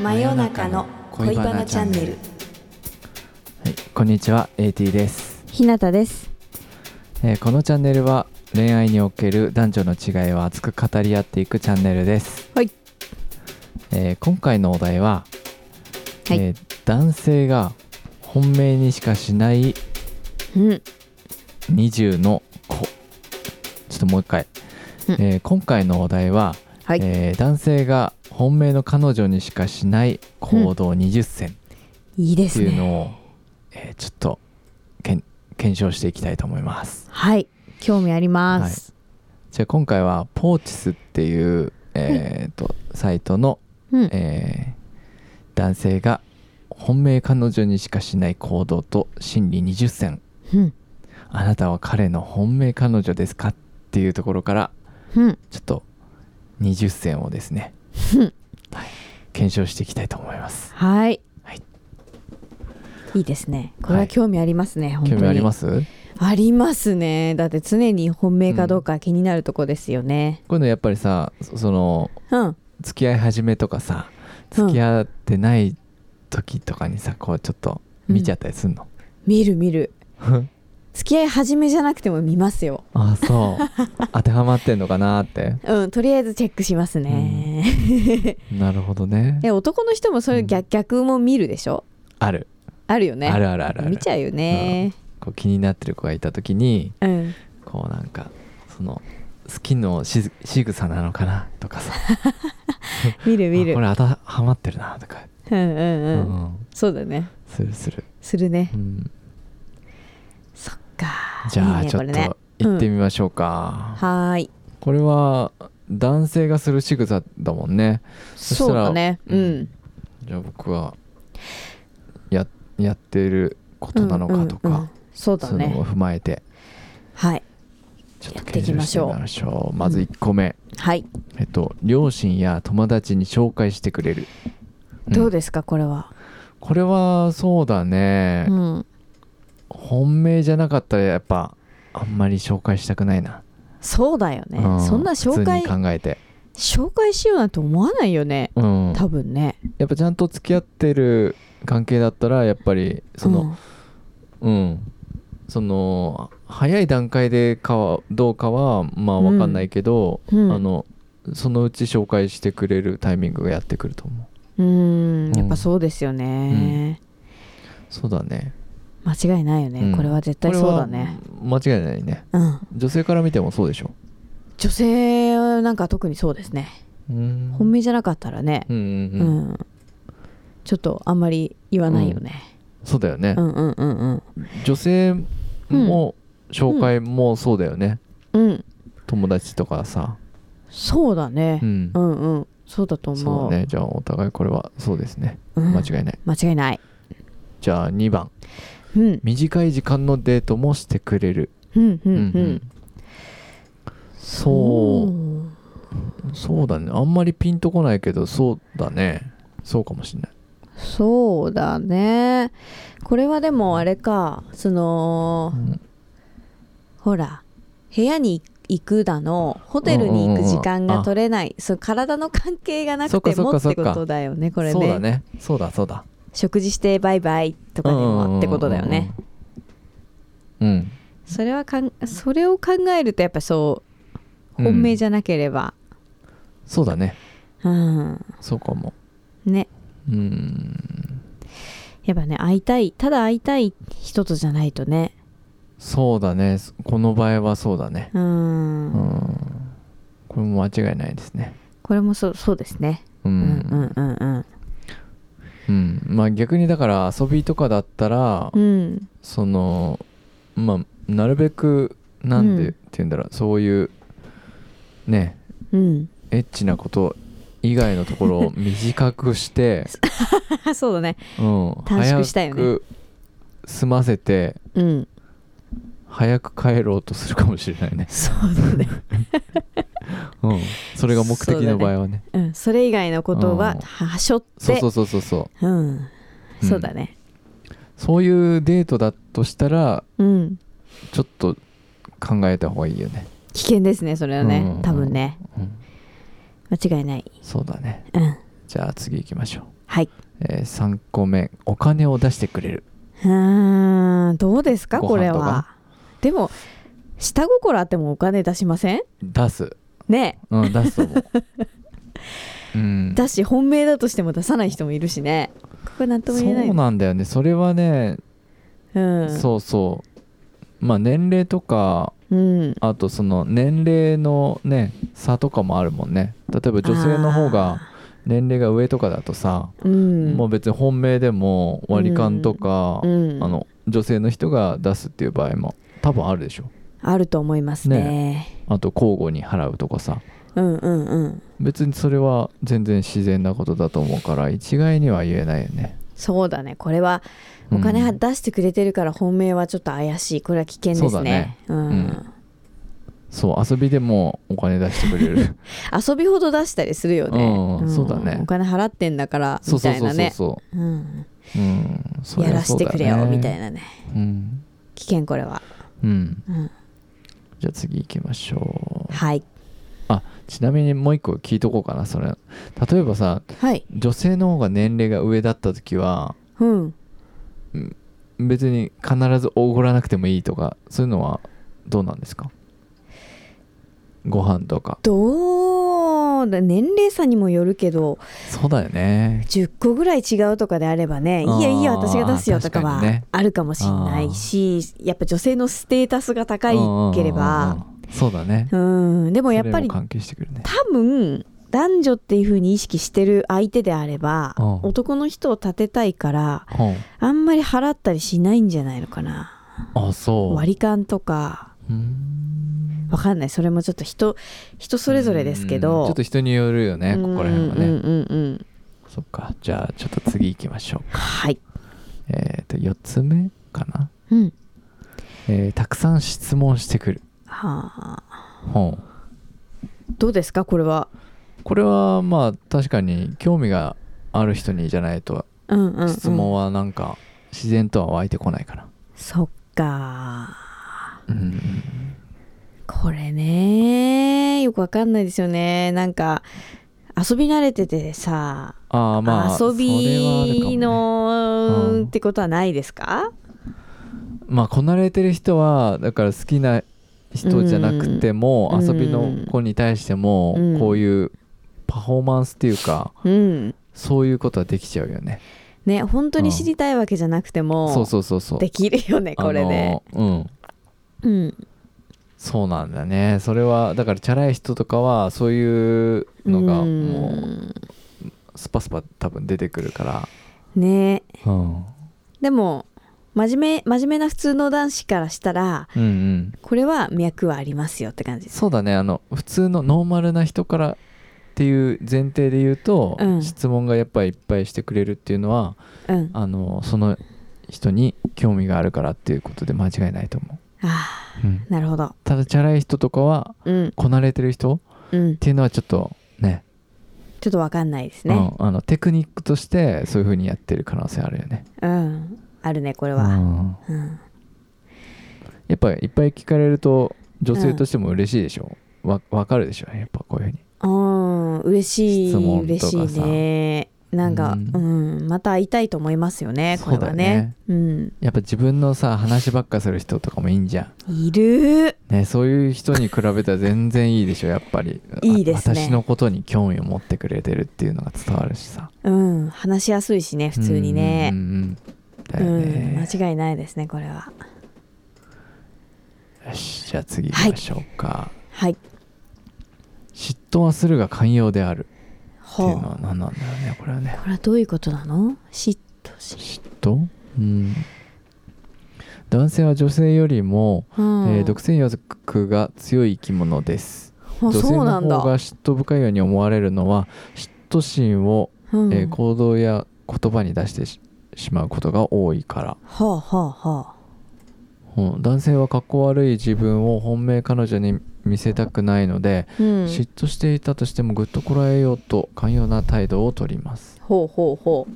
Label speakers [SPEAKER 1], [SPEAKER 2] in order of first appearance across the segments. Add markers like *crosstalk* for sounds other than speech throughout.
[SPEAKER 1] 真夜中の恋バナチャンネル
[SPEAKER 2] はい、こんにちは AT です、
[SPEAKER 3] ひなたです。
[SPEAKER 2] えーこのチャンネルは恋愛における男女の違いを熱く語り合っていくチャンネルです
[SPEAKER 3] はい、
[SPEAKER 2] えー今回のお題は、
[SPEAKER 3] はい
[SPEAKER 2] えー男性が本命にしかしない
[SPEAKER 3] うん、
[SPEAKER 2] 20の子ちょっともう一回、
[SPEAKER 3] うん
[SPEAKER 2] えー今回のお題は、
[SPEAKER 3] はい
[SPEAKER 2] えー男性が本命の彼女にしかしない行動20選
[SPEAKER 3] いいで
[SPEAKER 2] って
[SPEAKER 3] す
[SPEAKER 2] いうの
[SPEAKER 3] ね。
[SPEAKER 2] を、えーちょっとけん検証していきたいと思います
[SPEAKER 3] はい、興味あります。
[SPEAKER 2] じゃあ今回はポーチスっていう、えーとサイトの、
[SPEAKER 3] うん、
[SPEAKER 2] えー男性が本命彼女にしかしない行動と心理20選
[SPEAKER 3] うん、
[SPEAKER 2] あなたは彼の本命彼女ですかっていうところから
[SPEAKER 3] うん、
[SPEAKER 2] ちょっと20選をですね、はい、検証していきたいと思います
[SPEAKER 3] はい。
[SPEAKER 2] はい
[SPEAKER 3] いいですね。これ
[SPEAKER 2] は
[SPEAKER 3] はい興味ありますね。本当
[SPEAKER 2] 興
[SPEAKER 3] に
[SPEAKER 2] 味あります
[SPEAKER 3] ありますね。だって常に本命かどうか気になるとこですよね。
[SPEAKER 2] こういうのやっぱりさそその
[SPEAKER 3] うん、
[SPEAKER 2] 付き合い始めとかさ
[SPEAKER 3] うん
[SPEAKER 2] 付き合ってない時とかにさこうちょっと見ちゃったりすんの、
[SPEAKER 3] 見る見る。付き合い始めじゃなくても見ますよ。
[SPEAKER 2] ああそう *laughs* 当てはまってんのかなって
[SPEAKER 3] うん、とりあえずチェックしますね。
[SPEAKER 2] なるほどね
[SPEAKER 3] で、男の人もそういう逆逆も見るでしょ。
[SPEAKER 2] ある
[SPEAKER 3] あるよね。
[SPEAKER 2] あるあるあるある
[SPEAKER 3] 見ちゃうよね。
[SPEAKER 2] こう気になってる子がいた時に
[SPEAKER 3] うん。
[SPEAKER 2] こうなんかその好きのしず仕草なのかなとかさ
[SPEAKER 3] 見る見
[SPEAKER 2] あ
[SPEAKER 3] る
[SPEAKER 2] こ。れ当てはまってるなとか、
[SPEAKER 3] うんうん
[SPEAKER 2] う
[SPEAKER 3] うん。
[SPEAKER 2] ん
[SPEAKER 3] そうだね。
[SPEAKER 2] するする、
[SPEAKER 3] するね
[SPEAKER 2] う。ん、
[SPEAKER 3] そっか。
[SPEAKER 2] じゃあ
[SPEAKER 3] いいね
[SPEAKER 2] ちょ
[SPEAKER 3] こ
[SPEAKER 2] っ
[SPEAKER 3] れね
[SPEAKER 2] と行ってみましょうか、
[SPEAKER 3] はーい。
[SPEAKER 2] これは男性がする仕草だもんねそした
[SPEAKER 3] そう
[SPEAKER 2] ら
[SPEAKER 3] だね。う
[SPEAKER 2] うん
[SPEAKER 3] ん。
[SPEAKER 2] じゃあ僕はややっていることなのかとか、
[SPEAKER 3] うんうんうんそうだ
[SPEAKER 2] そういうの
[SPEAKER 3] ね
[SPEAKER 2] を。踏まえて
[SPEAKER 3] はい。
[SPEAKER 2] ちょっ
[SPEAKER 3] や
[SPEAKER 2] と
[SPEAKER 3] ってい
[SPEAKER 2] 検
[SPEAKER 3] き
[SPEAKER 2] 証
[SPEAKER 3] ま
[SPEAKER 2] して
[SPEAKER 3] しょう
[SPEAKER 2] みましょうまず1個目、
[SPEAKER 3] はい。
[SPEAKER 2] えっと両親や友達に紹介してくれる、うん
[SPEAKER 3] どうですか、これは。
[SPEAKER 2] これはそうだね、
[SPEAKER 3] うん。
[SPEAKER 2] 本命じゃなかったらやっぱあんまり紹介したくないな、
[SPEAKER 3] そうだよね
[SPEAKER 2] う。
[SPEAKER 3] そんな紹介
[SPEAKER 2] 普、通に考えて、
[SPEAKER 3] 紹介しようなんて思わないよね。
[SPEAKER 2] うん、
[SPEAKER 3] 多分ね。
[SPEAKER 2] やっぱちゃんと付き合ってる関係だったらやっぱりその、うん、その早い段階でかはどうかはまあ
[SPEAKER 3] うん
[SPEAKER 2] 分かんないけど、
[SPEAKER 3] うん
[SPEAKER 2] あのそのうち紹介してくれるタイミングがやってくると思う
[SPEAKER 3] うん。うん。やっぱそうですよね。
[SPEAKER 2] そうだね
[SPEAKER 3] 間違いないよ
[SPEAKER 2] うん
[SPEAKER 3] ね。これは絶対そうだね。
[SPEAKER 2] これは間違いないね
[SPEAKER 3] うん。
[SPEAKER 2] 女性から見てもそうでしょ
[SPEAKER 3] 女性なんか特にそうですね。
[SPEAKER 2] うん
[SPEAKER 3] 本命じゃなかったらね
[SPEAKER 2] う。んうん
[SPEAKER 3] う
[SPEAKER 2] うん、
[SPEAKER 3] ん。ちょっとあんまり言わないよね。
[SPEAKER 2] そうだよね、
[SPEAKER 3] うんうんうんうん。
[SPEAKER 2] 女性も紹介もそうだよね、
[SPEAKER 3] うん、
[SPEAKER 2] 友達とかさ、
[SPEAKER 3] そうだ
[SPEAKER 2] う
[SPEAKER 3] ね。
[SPEAKER 2] ん
[SPEAKER 3] うん、うん、そうだと思う。
[SPEAKER 2] そうだねじゃあお互いこれはそうですね
[SPEAKER 3] うん
[SPEAKER 2] 間違いない
[SPEAKER 3] 間違いない。
[SPEAKER 2] じゃあ2番
[SPEAKER 3] うん、
[SPEAKER 2] 短い時間のデートもしてくれる
[SPEAKER 3] うん、うん、う
[SPEAKER 2] うん
[SPEAKER 3] ん。
[SPEAKER 2] そううそうだねあんまりピンとこないけどそうだねそうかもしれない
[SPEAKER 3] そうだね。これはでもあれか、その、ほら、部屋に行くだの、ホテルに行く時間が取れない、そう体の関係がな
[SPEAKER 2] そっ
[SPEAKER 3] く
[SPEAKER 2] か
[SPEAKER 3] て
[SPEAKER 2] そっ
[SPEAKER 3] も
[SPEAKER 2] か
[SPEAKER 3] っ
[SPEAKER 2] そってか
[SPEAKER 3] ことだよね、これ
[SPEAKER 2] そうだ
[SPEAKER 3] ね。
[SPEAKER 2] ねそうだそうだ
[SPEAKER 3] 食事してバイバイとかでもってことだよね。
[SPEAKER 2] うんうん
[SPEAKER 3] それはかん、それを考えるとやっぱそう、本命じゃなければ。
[SPEAKER 2] そうだね
[SPEAKER 3] うん、
[SPEAKER 2] そうかも
[SPEAKER 3] ね。
[SPEAKER 2] うん
[SPEAKER 3] やっぱね会いたいただ会いたい人とじゃないとね
[SPEAKER 2] そうだねこの場合はそうだね
[SPEAKER 3] うーん
[SPEAKER 2] うんこれも間違いないですね
[SPEAKER 3] これもそうそうですね
[SPEAKER 2] う
[SPEAKER 3] うんんうんうん
[SPEAKER 2] うんまあ逆にだから遊びとかだったら
[SPEAKER 3] うんうん
[SPEAKER 2] そのまあなるべくなんで
[SPEAKER 3] うん
[SPEAKER 2] って言うんだろうそういうね
[SPEAKER 3] うん *laughs*
[SPEAKER 2] エッチなこと以外のところを短く
[SPEAKER 3] *laughs*
[SPEAKER 2] して、
[SPEAKER 3] あそうだね
[SPEAKER 2] うん、
[SPEAKER 3] 短縮したいよね
[SPEAKER 2] 早く済ませて
[SPEAKER 3] うん
[SPEAKER 2] 早く帰ろうとするかもしれないね、
[SPEAKER 3] *laughs* そうだね
[SPEAKER 2] うん、それが目的の場合はね
[SPEAKER 3] うんそれ以外のこと
[SPEAKER 2] う
[SPEAKER 3] は
[SPEAKER 2] ん
[SPEAKER 3] はしょって
[SPEAKER 2] そうそうそうそうそう
[SPEAKER 3] うんそうだね
[SPEAKER 2] そういうデートだとしたら
[SPEAKER 3] うん
[SPEAKER 2] ちょっと考えた方がいいよね、
[SPEAKER 3] 危険ですねそれは
[SPEAKER 2] うんうんう
[SPEAKER 3] ね
[SPEAKER 2] ん
[SPEAKER 3] 多分ね
[SPEAKER 2] うん、
[SPEAKER 3] 間違いない
[SPEAKER 2] そうだね
[SPEAKER 3] うん
[SPEAKER 2] じゃあ次行きましょう
[SPEAKER 3] はい
[SPEAKER 2] えー、3個目お金を出してくれる
[SPEAKER 3] うーんどうですか
[SPEAKER 2] ご飯
[SPEAKER 3] これ
[SPEAKER 2] と
[SPEAKER 3] は
[SPEAKER 2] か
[SPEAKER 3] でも下心あってもお金出しません
[SPEAKER 2] 出す、
[SPEAKER 3] ね
[SPEAKER 2] うん、出すと思
[SPEAKER 3] *laughs*
[SPEAKER 2] う、うん、
[SPEAKER 3] だし本命だとしても出さない人もいるしねここなんとも言えない
[SPEAKER 2] そうなんだよねそれはね、
[SPEAKER 3] うん
[SPEAKER 2] そうそうまあ年齢とか
[SPEAKER 3] うん
[SPEAKER 2] あとその年齢のね差とかもあるもんね例えば女性の方が年齢が上とかだとさ
[SPEAKER 3] あーうん
[SPEAKER 2] もう別に本命でも割り勘とか、
[SPEAKER 3] うん
[SPEAKER 2] あの女性の人が出すっていう場合も多分あるでしょ
[SPEAKER 3] あると思いますね
[SPEAKER 2] あと交互に払うとかさ
[SPEAKER 3] うんうんうん
[SPEAKER 2] 別にそれは全然自然なことだと思うから一概には言えないよね
[SPEAKER 3] そうだねこれは
[SPEAKER 2] う
[SPEAKER 3] お
[SPEAKER 2] ん
[SPEAKER 3] 金は出してくれてるから本命はちょっと怪しいこれは危険ですね
[SPEAKER 2] そうだね
[SPEAKER 3] うん
[SPEAKER 2] うんそう遊びでもお金出して
[SPEAKER 3] *laughs*
[SPEAKER 2] くれる
[SPEAKER 3] 遊びほど出したりするよね、
[SPEAKER 2] うんそうだね
[SPEAKER 3] お金払ってんだから
[SPEAKER 2] そう
[SPEAKER 3] み
[SPEAKER 2] そ
[SPEAKER 3] た
[SPEAKER 2] う
[SPEAKER 3] い
[SPEAKER 2] そう
[SPEAKER 3] な
[SPEAKER 2] そう
[SPEAKER 3] ね
[SPEAKER 2] そ
[SPEAKER 3] うん
[SPEAKER 2] う、うん、そり
[SPEAKER 3] や
[SPEAKER 2] ゃ
[SPEAKER 3] ら
[SPEAKER 2] そ
[SPEAKER 3] し
[SPEAKER 2] う
[SPEAKER 3] て
[SPEAKER 2] だ
[SPEAKER 3] くれよみたい
[SPEAKER 2] ね
[SPEAKER 3] なね
[SPEAKER 2] うん、
[SPEAKER 3] 危険これは、
[SPEAKER 2] うん、
[SPEAKER 3] うん、
[SPEAKER 2] じゃあ次行きましょう
[SPEAKER 3] はい
[SPEAKER 2] ちなみにもう一個聞いとこうかなそれ例えばさ
[SPEAKER 3] はい
[SPEAKER 2] 女性の方が年齢が上だった時は
[SPEAKER 3] うん
[SPEAKER 2] 別に必ずおごらなくてもいいとかそういうのはどうなんですかご飯とか
[SPEAKER 3] どうだ年齢差にもよるけど
[SPEAKER 2] そうだよね
[SPEAKER 3] 10個ぐらい違うとかであればねいいやいいや
[SPEAKER 2] あー
[SPEAKER 3] 私が出すよとか
[SPEAKER 2] 確かに
[SPEAKER 3] は
[SPEAKER 2] ね
[SPEAKER 3] あるかもしれないし、やっぱ女性のステータスが高いけれ
[SPEAKER 2] うん
[SPEAKER 3] ば
[SPEAKER 2] うんうんうんそうだね
[SPEAKER 3] うんでもやっぱり
[SPEAKER 2] それも関係してくるね
[SPEAKER 3] 多分男女っていう風に意識してる相手であれば
[SPEAKER 2] うん
[SPEAKER 3] 男の人を立てたいから
[SPEAKER 2] う
[SPEAKER 3] あんまり払ったりしないんじゃないのかなん
[SPEAKER 2] あそう
[SPEAKER 3] 割り勘とか
[SPEAKER 2] うん
[SPEAKER 3] わかんないそれもちょっと人人それぞれですけ
[SPEAKER 2] うん
[SPEAKER 3] ど
[SPEAKER 2] ちょっと人によるよねここら辺
[SPEAKER 3] うんうん
[SPEAKER 2] はね、
[SPEAKER 3] うんうん
[SPEAKER 2] そっかじゃあちょっと次行きましょ
[SPEAKER 3] はい、
[SPEAKER 2] うえっ、と4つ目かな、
[SPEAKER 3] うん、
[SPEAKER 2] えーたくさん質問してくる
[SPEAKER 3] はあ
[SPEAKER 2] うん
[SPEAKER 3] どうですかこれは
[SPEAKER 2] これはまあ確かに興味がある人にじゃないと
[SPEAKER 3] うんうん、うん、
[SPEAKER 2] 質問はなんか自然とは湧いてこないから、
[SPEAKER 3] そっか
[SPEAKER 2] うん
[SPEAKER 3] これねよくわかんないですよねなんか遊び慣れててさ
[SPEAKER 2] ああまあ
[SPEAKER 3] 遊び
[SPEAKER 2] そ
[SPEAKER 3] の、
[SPEAKER 2] うん
[SPEAKER 3] ってことはないですか
[SPEAKER 2] れはあるかもねまあこなれてる人はだから好きな人じゃなくても、
[SPEAKER 3] うん
[SPEAKER 2] 遊びの子に対しても、
[SPEAKER 3] うん
[SPEAKER 2] こういうパフォーマンスっていうか
[SPEAKER 3] うん
[SPEAKER 2] そういうことはできちゃうよね
[SPEAKER 3] ね本当に知りたいわけじゃなくても、
[SPEAKER 2] そうそうそうそう
[SPEAKER 3] できるよねこれね、
[SPEAKER 2] あのうん
[SPEAKER 3] うん
[SPEAKER 2] そうなんだねそれはだからチャラい人とかはそういうのが
[SPEAKER 3] うん
[SPEAKER 2] もうスパスパ多分出てくるから、
[SPEAKER 3] ね
[SPEAKER 2] うん、うん
[SPEAKER 3] でも真面目真面目な普通の男子からしたら
[SPEAKER 2] うん
[SPEAKER 3] これは脈はありますよって感じです
[SPEAKER 2] そうだねあの普通のノーマルな人からっていう前提で言うと、
[SPEAKER 3] うん
[SPEAKER 2] 質問がやっぱりいっぱいしてくれるっていうのは
[SPEAKER 3] うんあ
[SPEAKER 2] あのその人に興味があるからっていうことで間違いないと思
[SPEAKER 3] あ
[SPEAKER 2] う、うん、
[SPEAKER 3] なるほど
[SPEAKER 2] ただチャラい人とかは
[SPEAKER 3] うん
[SPEAKER 2] こなれてる人っ
[SPEAKER 3] うん
[SPEAKER 2] ていうのはちょっとね
[SPEAKER 3] ちょっとわかんないですね
[SPEAKER 2] うん、あのテクニックとしてそういう風にやってる可能性あるよね
[SPEAKER 3] うん、あるねこれ
[SPEAKER 2] う
[SPEAKER 3] は
[SPEAKER 2] ん
[SPEAKER 3] うん、
[SPEAKER 2] やっぱいっぱい聞かれると女性としても嬉しいでしょ、わ分かるでしょやっぱこういうふうに
[SPEAKER 3] うん、嬉しい
[SPEAKER 2] 質問とか
[SPEAKER 3] 嬉
[SPEAKER 2] さ
[SPEAKER 3] しいねなんか、
[SPEAKER 2] う
[SPEAKER 3] うんまた会いたいと思いますよねこれはねうん
[SPEAKER 2] やっぱ自分のさ話ばっかする人とかもいいんじゃん、
[SPEAKER 3] いる
[SPEAKER 2] ね、そういう人に比べたら全然いいでしょやっぱり
[SPEAKER 3] いいですね
[SPEAKER 2] あ私のことに興味を持ってくれてるっていうのが伝わるしさ
[SPEAKER 3] うん話しやすいしね普通に
[SPEAKER 2] うんう
[SPEAKER 3] ね
[SPEAKER 2] んうんだ
[SPEAKER 3] う
[SPEAKER 2] よ
[SPEAKER 3] ん
[SPEAKER 2] ね、
[SPEAKER 3] 間違いないですねこれは
[SPEAKER 2] よしじゃあ次行きましょうか、
[SPEAKER 3] はい
[SPEAKER 2] 嫉妬はするが寛容であるって
[SPEAKER 3] ほ
[SPEAKER 2] いう
[SPEAKER 3] う
[SPEAKER 2] のは何なんだろうねこれはね
[SPEAKER 3] これはどういうことなの嫉妬し
[SPEAKER 2] 嫉妬うん男性は女性よりも、
[SPEAKER 3] うん
[SPEAKER 2] えー独占欲が強い生き物です
[SPEAKER 3] あ
[SPEAKER 2] 女性
[SPEAKER 3] そうな
[SPEAKER 2] の
[SPEAKER 3] ん
[SPEAKER 2] 方
[SPEAKER 3] だ
[SPEAKER 2] が嫉妬深いように思われるのは嫉妬心を、
[SPEAKER 3] うん
[SPEAKER 2] えー行動や言葉に出してししまうことが多いから、
[SPEAKER 3] はあはあは
[SPEAKER 2] うん男性はかっこ悪い自分を本命彼女に見せたくないので、
[SPEAKER 3] あ、うん、
[SPEAKER 2] 嫉妬していたとしてもぐっとこらえようと寛容な態度をとります
[SPEAKER 3] ほうほうほ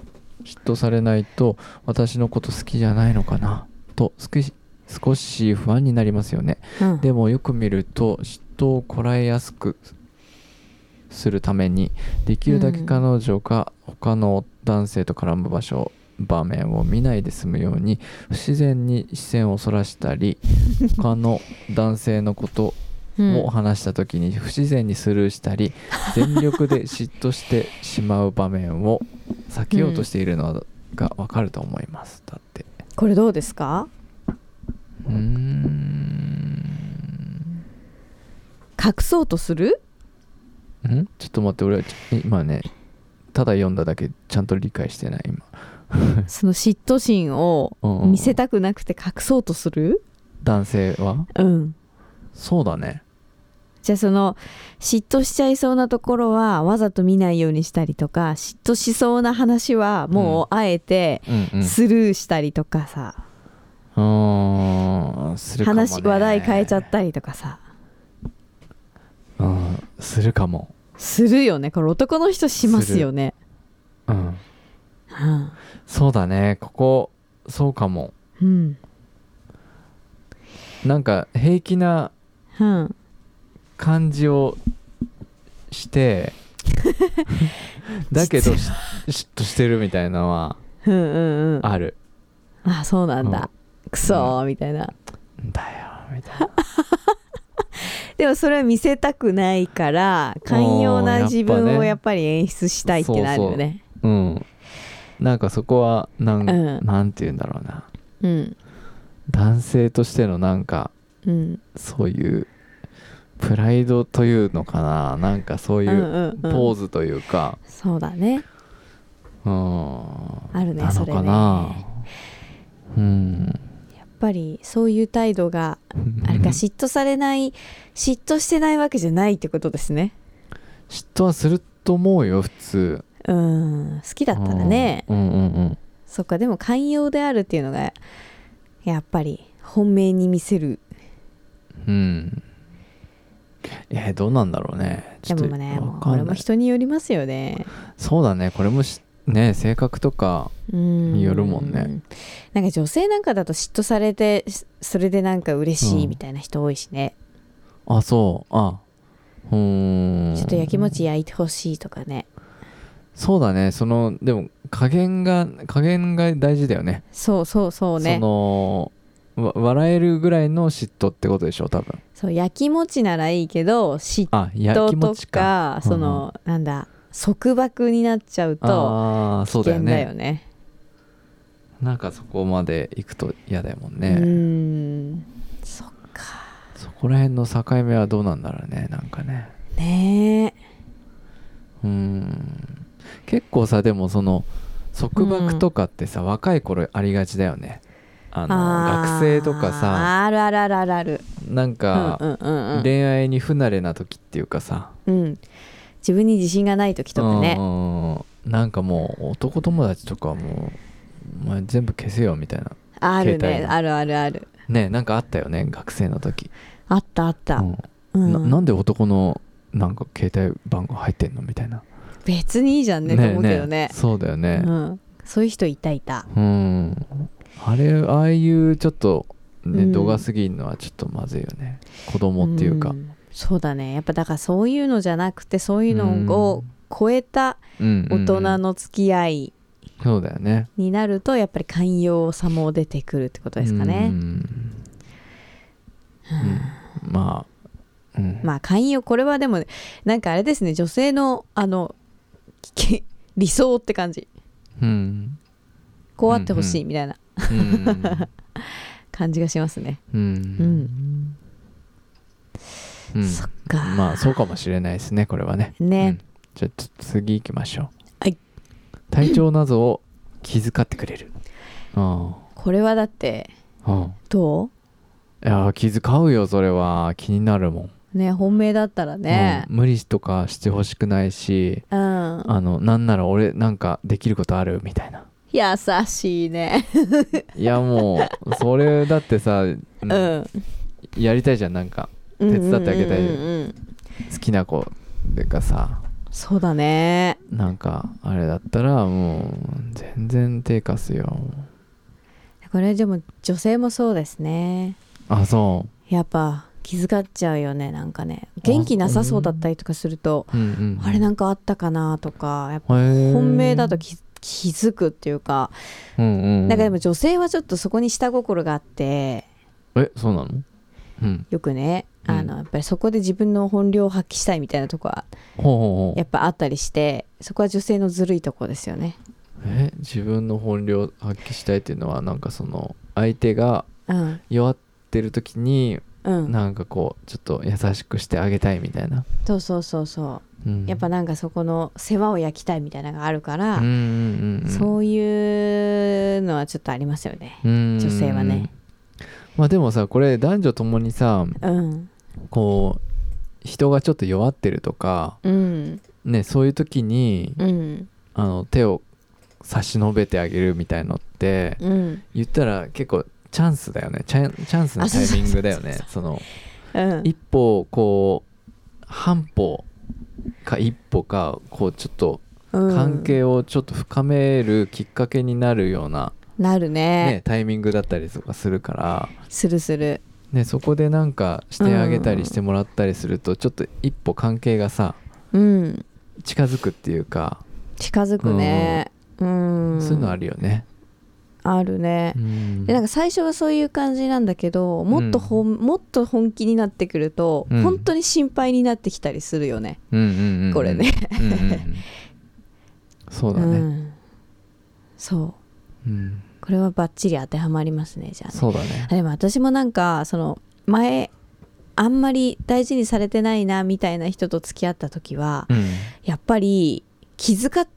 [SPEAKER 2] 嫉妬されないと私のこと好きじゃないのかなと少し少し不安になりますよね
[SPEAKER 3] う、うん、
[SPEAKER 2] でもよく見ると嫉妬をこらえやすくするためにできるだけ彼女が他の男性と絡む場所場面を見ないで済むように不自然に視線をそらしたり他の男性のこと
[SPEAKER 3] うん
[SPEAKER 2] を話した時に不自然にスルーした
[SPEAKER 3] *laughs*
[SPEAKER 2] り全力で嫉妬してしまう場面を避けようとしているのがわかると思いますだって
[SPEAKER 3] これどうですか
[SPEAKER 2] うーん
[SPEAKER 3] 隠そうとする
[SPEAKER 2] んちょっと待って俺はち今ねただ読んだだけちゃんと理解してない今
[SPEAKER 3] その嫉妬心を
[SPEAKER 2] うんうんうん
[SPEAKER 3] 見せたくなくて隠そうとする
[SPEAKER 2] 男性は
[SPEAKER 3] うん
[SPEAKER 2] そうだね
[SPEAKER 3] じゃあその嫉妬しちゃいそうなところはわざと見ないようにしたりとか嫉妬しそうな話はもうあえて
[SPEAKER 2] うんうん
[SPEAKER 3] スルーしたりとかさ、
[SPEAKER 2] うーんするかも、ね、
[SPEAKER 3] 話話題変えちゃったりとかさ
[SPEAKER 2] うんするかも
[SPEAKER 3] するよねこれ男の人しますよね
[SPEAKER 2] うん
[SPEAKER 3] うん、
[SPEAKER 2] そうだねここそうかも
[SPEAKER 3] うん
[SPEAKER 2] なんか平気な
[SPEAKER 3] うん、
[SPEAKER 2] 感じをして
[SPEAKER 3] *laughs*
[SPEAKER 2] だけどし嫉妬してるみたいなのは
[SPEAKER 3] うんうんうんあ
[SPEAKER 2] ある
[SPEAKER 3] そうなんだ、クソーみたいな
[SPEAKER 2] なんだよみたいな
[SPEAKER 3] でもそれは見せたくないから寛容な自分をやっぱり演出したいってなるよね
[SPEAKER 2] うんなんかそこはなん,、
[SPEAKER 3] うん
[SPEAKER 2] なんて言うんだろうな
[SPEAKER 3] うん
[SPEAKER 2] 男性としてのなんか
[SPEAKER 3] うん
[SPEAKER 2] そういうプライドというのかななんかそうい
[SPEAKER 3] うんう
[SPEAKER 2] う
[SPEAKER 3] ん
[SPEAKER 2] ポ
[SPEAKER 3] うん
[SPEAKER 2] ーズというか、
[SPEAKER 3] そうだね
[SPEAKER 2] うん、
[SPEAKER 3] あるね
[SPEAKER 2] な
[SPEAKER 3] そ
[SPEAKER 2] の
[SPEAKER 3] れ
[SPEAKER 2] かな
[SPEAKER 3] ね、
[SPEAKER 2] うん
[SPEAKER 3] やっぱりそういう態度があれか嫉妬されない嫉妬してないわけじゃないってことですね
[SPEAKER 2] 嫉妬はすると思うよ普通
[SPEAKER 3] うん好きだったらね
[SPEAKER 2] うんうんうん
[SPEAKER 3] そっかでも寛容であるっていうのがやっぱり本命に見せる
[SPEAKER 2] うんうんえーどうなんだろうね
[SPEAKER 3] で
[SPEAKER 2] ちょっと
[SPEAKER 3] もねも
[SPEAKER 2] わ
[SPEAKER 3] う
[SPEAKER 2] か
[SPEAKER 3] これ
[SPEAKER 2] ん
[SPEAKER 3] も
[SPEAKER 2] ない
[SPEAKER 3] 人によりますよね
[SPEAKER 2] そうだねこれもしね性格とか
[SPEAKER 3] に
[SPEAKER 2] よるもんね
[SPEAKER 3] なんか女性なんかだと嫉妬されてしそれでなんか嬉しいみたいな人多いしね、
[SPEAKER 2] あそうあうーん
[SPEAKER 3] ちょっとやきもち焼いてほしいとかね
[SPEAKER 2] そうだねそのでも加減が加減が大事だよね
[SPEAKER 3] そうそうそうね
[SPEAKER 2] そのわ笑えるぐらいの嫉妬ってことでしょ多分
[SPEAKER 3] そうやきもちならいいけど嫉
[SPEAKER 2] あや
[SPEAKER 3] 妬
[SPEAKER 2] きも
[SPEAKER 3] と
[SPEAKER 2] ちか
[SPEAKER 3] か
[SPEAKER 2] うんう
[SPEAKER 3] そ
[SPEAKER 2] ん
[SPEAKER 3] の、なんだ束縛になっちゃうと
[SPEAKER 2] ああー
[SPEAKER 3] 危
[SPEAKER 2] そうだよ
[SPEAKER 3] 険だ
[SPEAKER 2] ね
[SPEAKER 3] よね
[SPEAKER 2] なんかそこまで行くと嫌だもんね、
[SPEAKER 3] うーんそっか
[SPEAKER 2] そこら辺の境目はどうなんだろうねなんかね
[SPEAKER 3] ねえ
[SPEAKER 2] うーん結構さでもその束縛とかってさ、若い頃ありがちだよねあの
[SPEAKER 3] あー
[SPEAKER 2] 学生とかさ
[SPEAKER 3] あるあるあるあるある
[SPEAKER 2] なんか
[SPEAKER 3] うんうんうんうん
[SPEAKER 2] 恋愛に不慣れな時っていうかさ、
[SPEAKER 3] うん自分に自信がない時とか
[SPEAKER 2] う
[SPEAKER 3] ね
[SPEAKER 2] んうんうんなんかもう男友達とかはもうお前全部消せよみたいな
[SPEAKER 3] ある
[SPEAKER 2] 携帯
[SPEAKER 3] ね
[SPEAKER 2] の
[SPEAKER 3] あるあるある
[SPEAKER 2] ねなんかあったよね学生の時、
[SPEAKER 3] あったあった、
[SPEAKER 2] う
[SPEAKER 3] うん
[SPEAKER 2] ん、ななん
[SPEAKER 3] で
[SPEAKER 2] で男のなんか携帯番号入ってんのみたいな
[SPEAKER 3] 別にいいじゃんねと思うけどね
[SPEAKER 2] そうだよね、
[SPEAKER 3] うん、そういう人いたいた
[SPEAKER 2] うんあれああいうちょっとね
[SPEAKER 3] うん
[SPEAKER 2] 度が過ぎるのはちょっとまずいよね子供っていうか
[SPEAKER 3] んそうだねやっぱだからそういうのじゃなくてそういうのを超えた
[SPEAKER 2] うんうんう
[SPEAKER 3] 大
[SPEAKER 2] ん
[SPEAKER 3] 人の付き合い
[SPEAKER 2] そうだよね
[SPEAKER 3] になるとやっぱり寛容さも出てくるってことですかね
[SPEAKER 2] う、んうんまあうん
[SPEAKER 3] まあ寛容これはでもなんかあれですね女性のあのき理想って感じ
[SPEAKER 2] うん
[SPEAKER 3] こうあってほし
[SPEAKER 2] うん
[SPEAKER 3] い
[SPEAKER 2] うん
[SPEAKER 3] みたいな *laughs*
[SPEAKER 2] うん
[SPEAKER 3] 感じがしますね、
[SPEAKER 2] うんうん
[SPEAKER 3] そっか
[SPEAKER 2] まあそうかもしれないですねこれはね
[SPEAKER 3] ね
[SPEAKER 2] うんじゃあちょっと次行きましょう
[SPEAKER 3] はい
[SPEAKER 2] 体調などを気遣ってくれるあ
[SPEAKER 3] これはだって
[SPEAKER 2] あうん
[SPEAKER 3] ど
[SPEAKER 2] いやー気遣うよそれは気になるもん
[SPEAKER 3] うね本命だったらね
[SPEAKER 2] うん無理とかしてほしくないし
[SPEAKER 3] うん、
[SPEAKER 2] あのなんなら俺なんかできることあるみたいな
[SPEAKER 3] 優しいね
[SPEAKER 2] いやも
[SPEAKER 3] *laughs*
[SPEAKER 2] うそれだってさ、うん
[SPEAKER 3] うん
[SPEAKER 2] やりたいじゃんなんか手伝ってあげたい
[SPEAKER 3] うんうんうんうん
[SPEAKER 2] 好きな子っていうかさ
[SPEAKER 3] そうだね
[SPEAKER 2] なんかあれだったらもう全然手貸すよ
[SPEAKER 3] これでも女性もそうですね
[SPEAKER 2] あそ
[SPEAKER 3] やっぱ気遣っちゃうよねなんかね元気なさそうだったりとかすると
[SPEAKER 2] うんうん
[SPEAKER 3] あれなんかあったかなとかやっぱ本
[SPEAKER 2] 本
[SPEAKER 3] 命だと気気づくっていうか
[SPEAKER 2] うんうん
[SPEAKER 3] なんかでも女性はちょっとそこに下心があって
[SPEAKER 2] えそうなのうん
[SPEAKER 3] よくね
[SPEAKER 2] うん
[SPEAKER 3] あのやっぱりそこで自分の本領を発揮したいみたいなとこは
[SPEAKER 2] ほうほうほ
[SPEAKER 3] や
[SPEAKER 2] う
[SPEAKER 3] っぱあったりしてそこは女性のずるいとこですよね。
[SPEAKER 2] え自分の本領発揮したいっていうのはなんかその相手が
[SPEAKER 3] うん
[SPEAKER 2] 弱ってる時に
[SPEAKER 3] うん、
[SPEAKER 2] なんかこうちょっと優しくしてあげたいみたいな、
[SPEAKER 3] そうそうそうそ
[SPEAKER 2] うん
[SPEAKER 3] うやっぱなんかそこの世話を焼きたいみたいなのがあるから、
[SPEAKER 2] うんうんうん
[SPEAKER 3] そういうのはちょっとありますよね。
[SPEAKER 2] うん
[SPEAKER 3] 女性はね
[SPEAKER 2] まあでもさこれ男女ともにさ
[SPEAKER 3] うん、
[SPEAKER 2] こう人がちょっと弱ってるとか
[SPEAKER 3] うん、
[SPEAKER 2] ねそういう時に
[SPEAKER 3] うん、
[SPEAKER 2] あの手を差し伸べてあげるみたいのって
[SPEAKER 3] うん、
[SPEAKER 2] 言ったら結構チャンスだよねチャンチャンスのタイミングだよねその
[SPEAKER 3] うん、
[SPEAKER 2] 一歩こう半歩か一歩かこうちょっと
[SPEAKER 3] うん
[SPEAKER 2] 関係をちょっと深めるきっかけになるような、
[SPEAKER 3] なるね
[SPEAKER 2] ね、タイミングだったりとかするから、
[SPEAKER 3] するする
[SPEAKER 2] ね、そこでなんかしてあげたりしてもらったりすると、ちょっと一歩関係がさ
[SPEAKER 3] うん
[SPEAKER 2] 近づくっていうか、
[SPEAKER 3] 近づくねうん、
[SPEAKER 2] そういうのあるよね。
[SPEAKER 3] あるね
[SPEAKER 2] う、ん
[SPEAKER 3] でなんか最初はそういう感じなんだけどもっとほん、もっと本気になってくると、
[SPEAKER 2] うん
[SPEAKER 3] 本当に心配になってきたりするよね、
[SPEAKER 2] うんうんうん
[SPEAKER 3] これね。
[SPEAKER 2] うんうんうんそうだ
[SPEAKER 3] う
[SPEAKER 2] ね。
[SPEAKER 3] ん、そう
[SPEAKER 2] うん、
[SPEAKER 3] これはバッチリ当てはまりますねじゃあね
[SPEAKER 2] そうだね
[SPEAKER 3] あ。でも私もなんかその前あんまり大事にされてないなみたいな人と付き合った時は、
[SPEAKER 2] うん
[SPEAKER 3] やっぱり気遣っ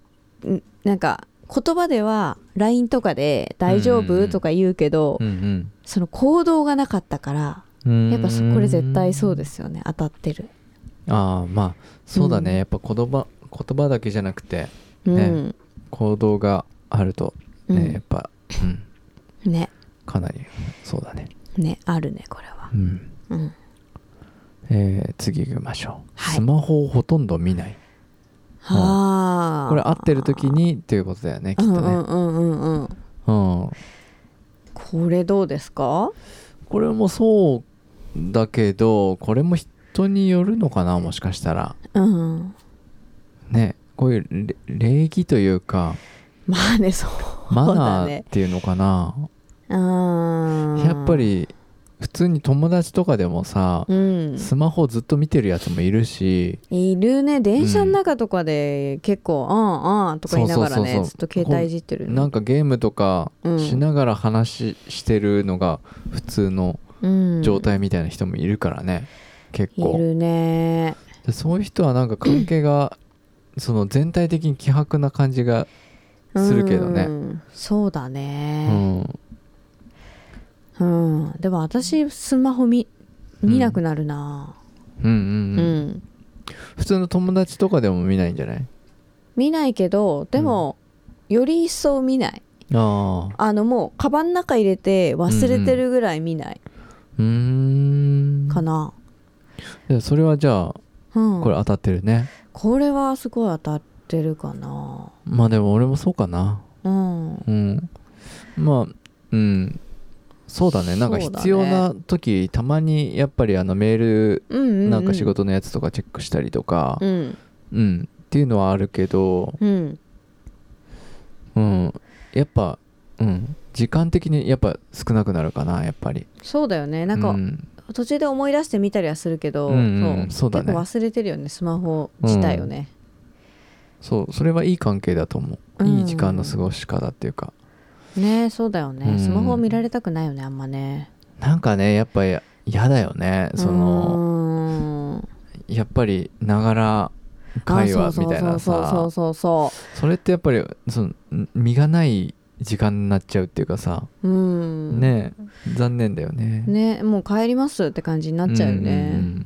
[SPEAKER 3] んなんか言葉では LINE とかで「大丈
[SPEAKER 2] うんうんう
[SPEAKER 3] 夫?」
[SPEAKER 2] ん
[SPEAKER 3] とか言うけど、
[SPEAKER 2] うん
[SPEAKER 3] その行動がなかったから
[SPEAKER 2] うん、。
[SPEAKER 3] やっぱそこれ絶対そうですすよね当たってる、
[SPEAKER 2] ああまあそうだね、
[SPEAKER 3] うん
[SPEAKER 2] やっぱ言葉言葉だけじゃなくて
[SPEAKER 3] うん
[SPEAKER 2] ね行動があると、
[SPEAKER 3] う
[SPEAKER 2] ね
[SPEAKER 3] ん
[SPEAKER 2] やっぱ、うん、
[SPEAKER 3] ね
[SPEAKER 2] かなりそうだね。
[SPEAKER 3] ねあるねこれは
[SPEAKER 2] う、ん
[SPEAKER 3] うん、
[SPEAKER 2] えー次行きましょう、
[SPEAKER 3] はい
[SPEAKER 2] スマホをほとんど見ない
[SPEAKER 3] はあ
[SPEAKER 2] これ合ってる時にっていうことだよねきっ
[SPEAKER 3] う
[SPEAKER 2] と
[SPEAKER 3] んうんう
[SPEAKER 2] ね、
[SPEAKER 3] んうんうん
[SPEAKER 2] うん
[SPEAKER 3] これどうですか
[SPEAKER 2] これもそうだけどこれも人によるのかなもしかしたら
[SPEAKER 3] うん
[SPEAKER 2] ねこういうれ礼儀というか
[SPEAKER 3] まあねそう
[SPEAKER 2] マ
[SPEAKER 3] だ
[SPEAKER 2] ナ
[SPEAKER 3] ね
[SPEAKER 2] ーっていうのかな、
[SPEAKER 3] うん
[SPEAKER 2] やっぱり普通に友達とかでもさ、
[SPEAKER 3] うん
[SPEAKER 2] スマホずっと見てるやつもいるし
[SPEAKER 3] いるね電車の中とかで結構「あんあん」とか言いながらね
[SPEAKER 2] そうそうそう
[SPEAKER 3] ず
[SPEAKER 2] そ
[SPEAKER 3] っ
[SPEAKER 2] う
[SPEAKER 3] と携帯いじってる
[SPEAKER 2] なんかゲームとか
[SPEAKER 3] うん
[SPEAKER 2] しながら話してるのが普通の状態みたいな人もいるからね、結
[SPEAKER 3] うんい
[SPEAKER 2] 構
[SPEAKER 3] るね
[SPEAKER 2] でそういう人はなんか関係がその全体的に希薄な感じがするけどね
[SPEAKER 3] うんそうだ
[SPEAKER 2] う
[SPEAKER 3] ね
[SPEAKER 2] ん、
[SPEAKER 3] うん、でも私スマホ見見なくなるな
[SPEAKER 2] うんう
[SPEAKER 3] う、
[SPEAKER 2] んうんん普通の友達とかでも見ないんじゃない
[SPEAKER 3] 見ないけどでも、より一層見ない
[SPEAKER 2] ああ
[SPEAKER 3] あのもうカバンの中入れて忘れてるぐらい見ないう
[SPEAKER 2] ーん
[SPEAKER 3] かな、
[SPEAKER 2] でそれはじゃあ
[SPEAKER 3] うん
[SPEAKER 2] これ当たってるね、
[SPEAKER 3] これはすごい当たってるかな
[SPEAKER 2] まあでも俺もそうかな
[SPEAKER 3] うん
[SPEAKER 2] うんまあうんそうだねなんか
[SPEAKER 3] そうだね
[SPEAKER 2] 必要な時、たまにやっぱりあのメール
[SPEAKER 3] うんうんうん
[SPEAKER 2] なんか仕事のやつとかチェックしたりとか、
[SPEAKER 3] うん
[SPEAKER 2] うん、っていうのはあるけど、
[SPEAKER 3] うん
[SPEAKER 2] うん、やっぱ、うん、時間的にやっぱ少なくなるかなやっぱり
[SPEAKER 3] そうだよねなんか、
[SPEAKER 2] うん
[SPEAKER 3] 途中で思い出してみたりはするけど、
[SPEAKER 2] うんうんそうだね
[SPEAKER 3] 結構忘れてるよねスマホ自体をね、
[SPEAKER 2] そうそれはいい関係だと思
[SPEAKER 3] う
[SPEAKER 2] う、
[SPEAKER 3] ん
[SPEAKER 2] いい時間の過ごし方っていうか
[SPEAKER 3] ねそうだよね、
[SPEAKER 2] うん
[SPEAKER 3] スマホを見られたくないよねあんまね
[SPEAKER 2] なんかねやっぱや嫌だよねその
[SPEAKER 3] の
[SPEAKER 2] やっぱりながら会話みたいな
[SPEAKER 3] そ
[SPEAKER 2] さ
[SPEAKER 3] うそうそうそ
[SPEAKER 2] それってやっぱりその身がない時間になっちゃうっていうかさ、
[SPEAKER 3] ううん
[SPEAKER 2] ねえ残念だよね
[SPEAKER 3] ねもう帰りますって感じになっちゃうよね、
[SPEAKER 2] んんん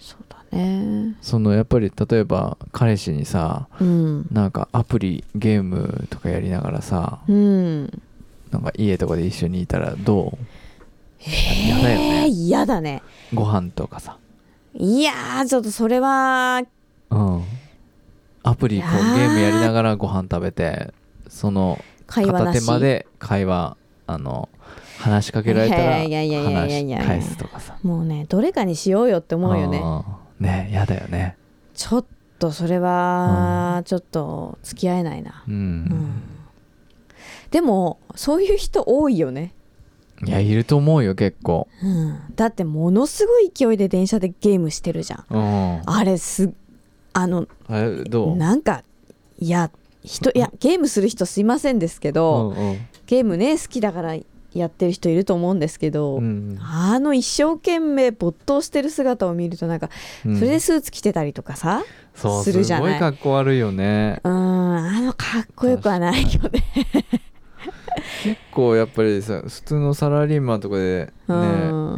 [SPEAKER 3] そうだね
[SPEAKER 2] そのやっぱり例えば彼氏にさ
[SPEAKER 3] うん
[SPEAKER 2] なんかアプリゲームとかやりながらさ
[SPEAKER 3] うん
[SPEAKER 2] なんか家とかで一緒にいたらど
[SPEAKER 3] え
[SPEAKER 2] やだよね
[SPEAKER 3] ー嫌だね
[SPEAKER 2] うご飯とかさ、
[SPEAKER 3] いやーちょっとそれは
[SPEAKER 2] うん、アプリこう
[SPEAKER 3] いやー
[SPEAKER 2] ゲームやりながらご飯食べてその
[SPEAKER 3] 会話
[SPEAKER 2] 片
[SPEAKER 3] な
[SPEAKER 2] 手
[SPEAKER 3] し
[SPEAKER 2] 間で会話あの話しかけられたら
[SPEAKER 3] いやいやいやいやいやい
[SPEAKER 2] 話
[SPEAKER 3] や
[SPEAKER 2] 返すとかさ
[SPEAKER 3] もうねどれかにしようよって思うよね
[SPEAKER 2] んねやだよね
[SPEAKER 3] ちょっとそれはちょっと付き合えないな、
[SPEAKER 2] う、
[SPEAKER 3] うんんでもそういう人多いよね、
[SPEAKER 2] いやいると思うよ結構
[SPEAKER 3] うん、だってものすごい勢いで電車でゲームしてるじゃん
[SPEAKER 2] うん
[SPEAKER 3] あれすあの
[SPEAKER 2] あれどう
[SPEAKER 3] なんかいや人いやゲームする人すいませんですけど、
[SPEAKER 2] うんうん
[SPEAKER 3] ゲームね好きだからやってる人いると思うんですけど、
[SPEAKER 2] うん
[SPEAKER 3] あの一生懸命没頭してる姿を見るとなんか、
[SPEAKER 2] うん
[SPEAKER 3] それでスーツ着てたりとかさ
[SPEAKER 2] そう
[SPEAKER 3] するじゃない
[SPEAKER 2] すごい格好悪いよね
[SPEAKER 3] うんあのかっこよくはないよね。
[SPEAKER 2] 結構やっぱりさ普通のサラリーマンとかで
[SPEAKER 3] う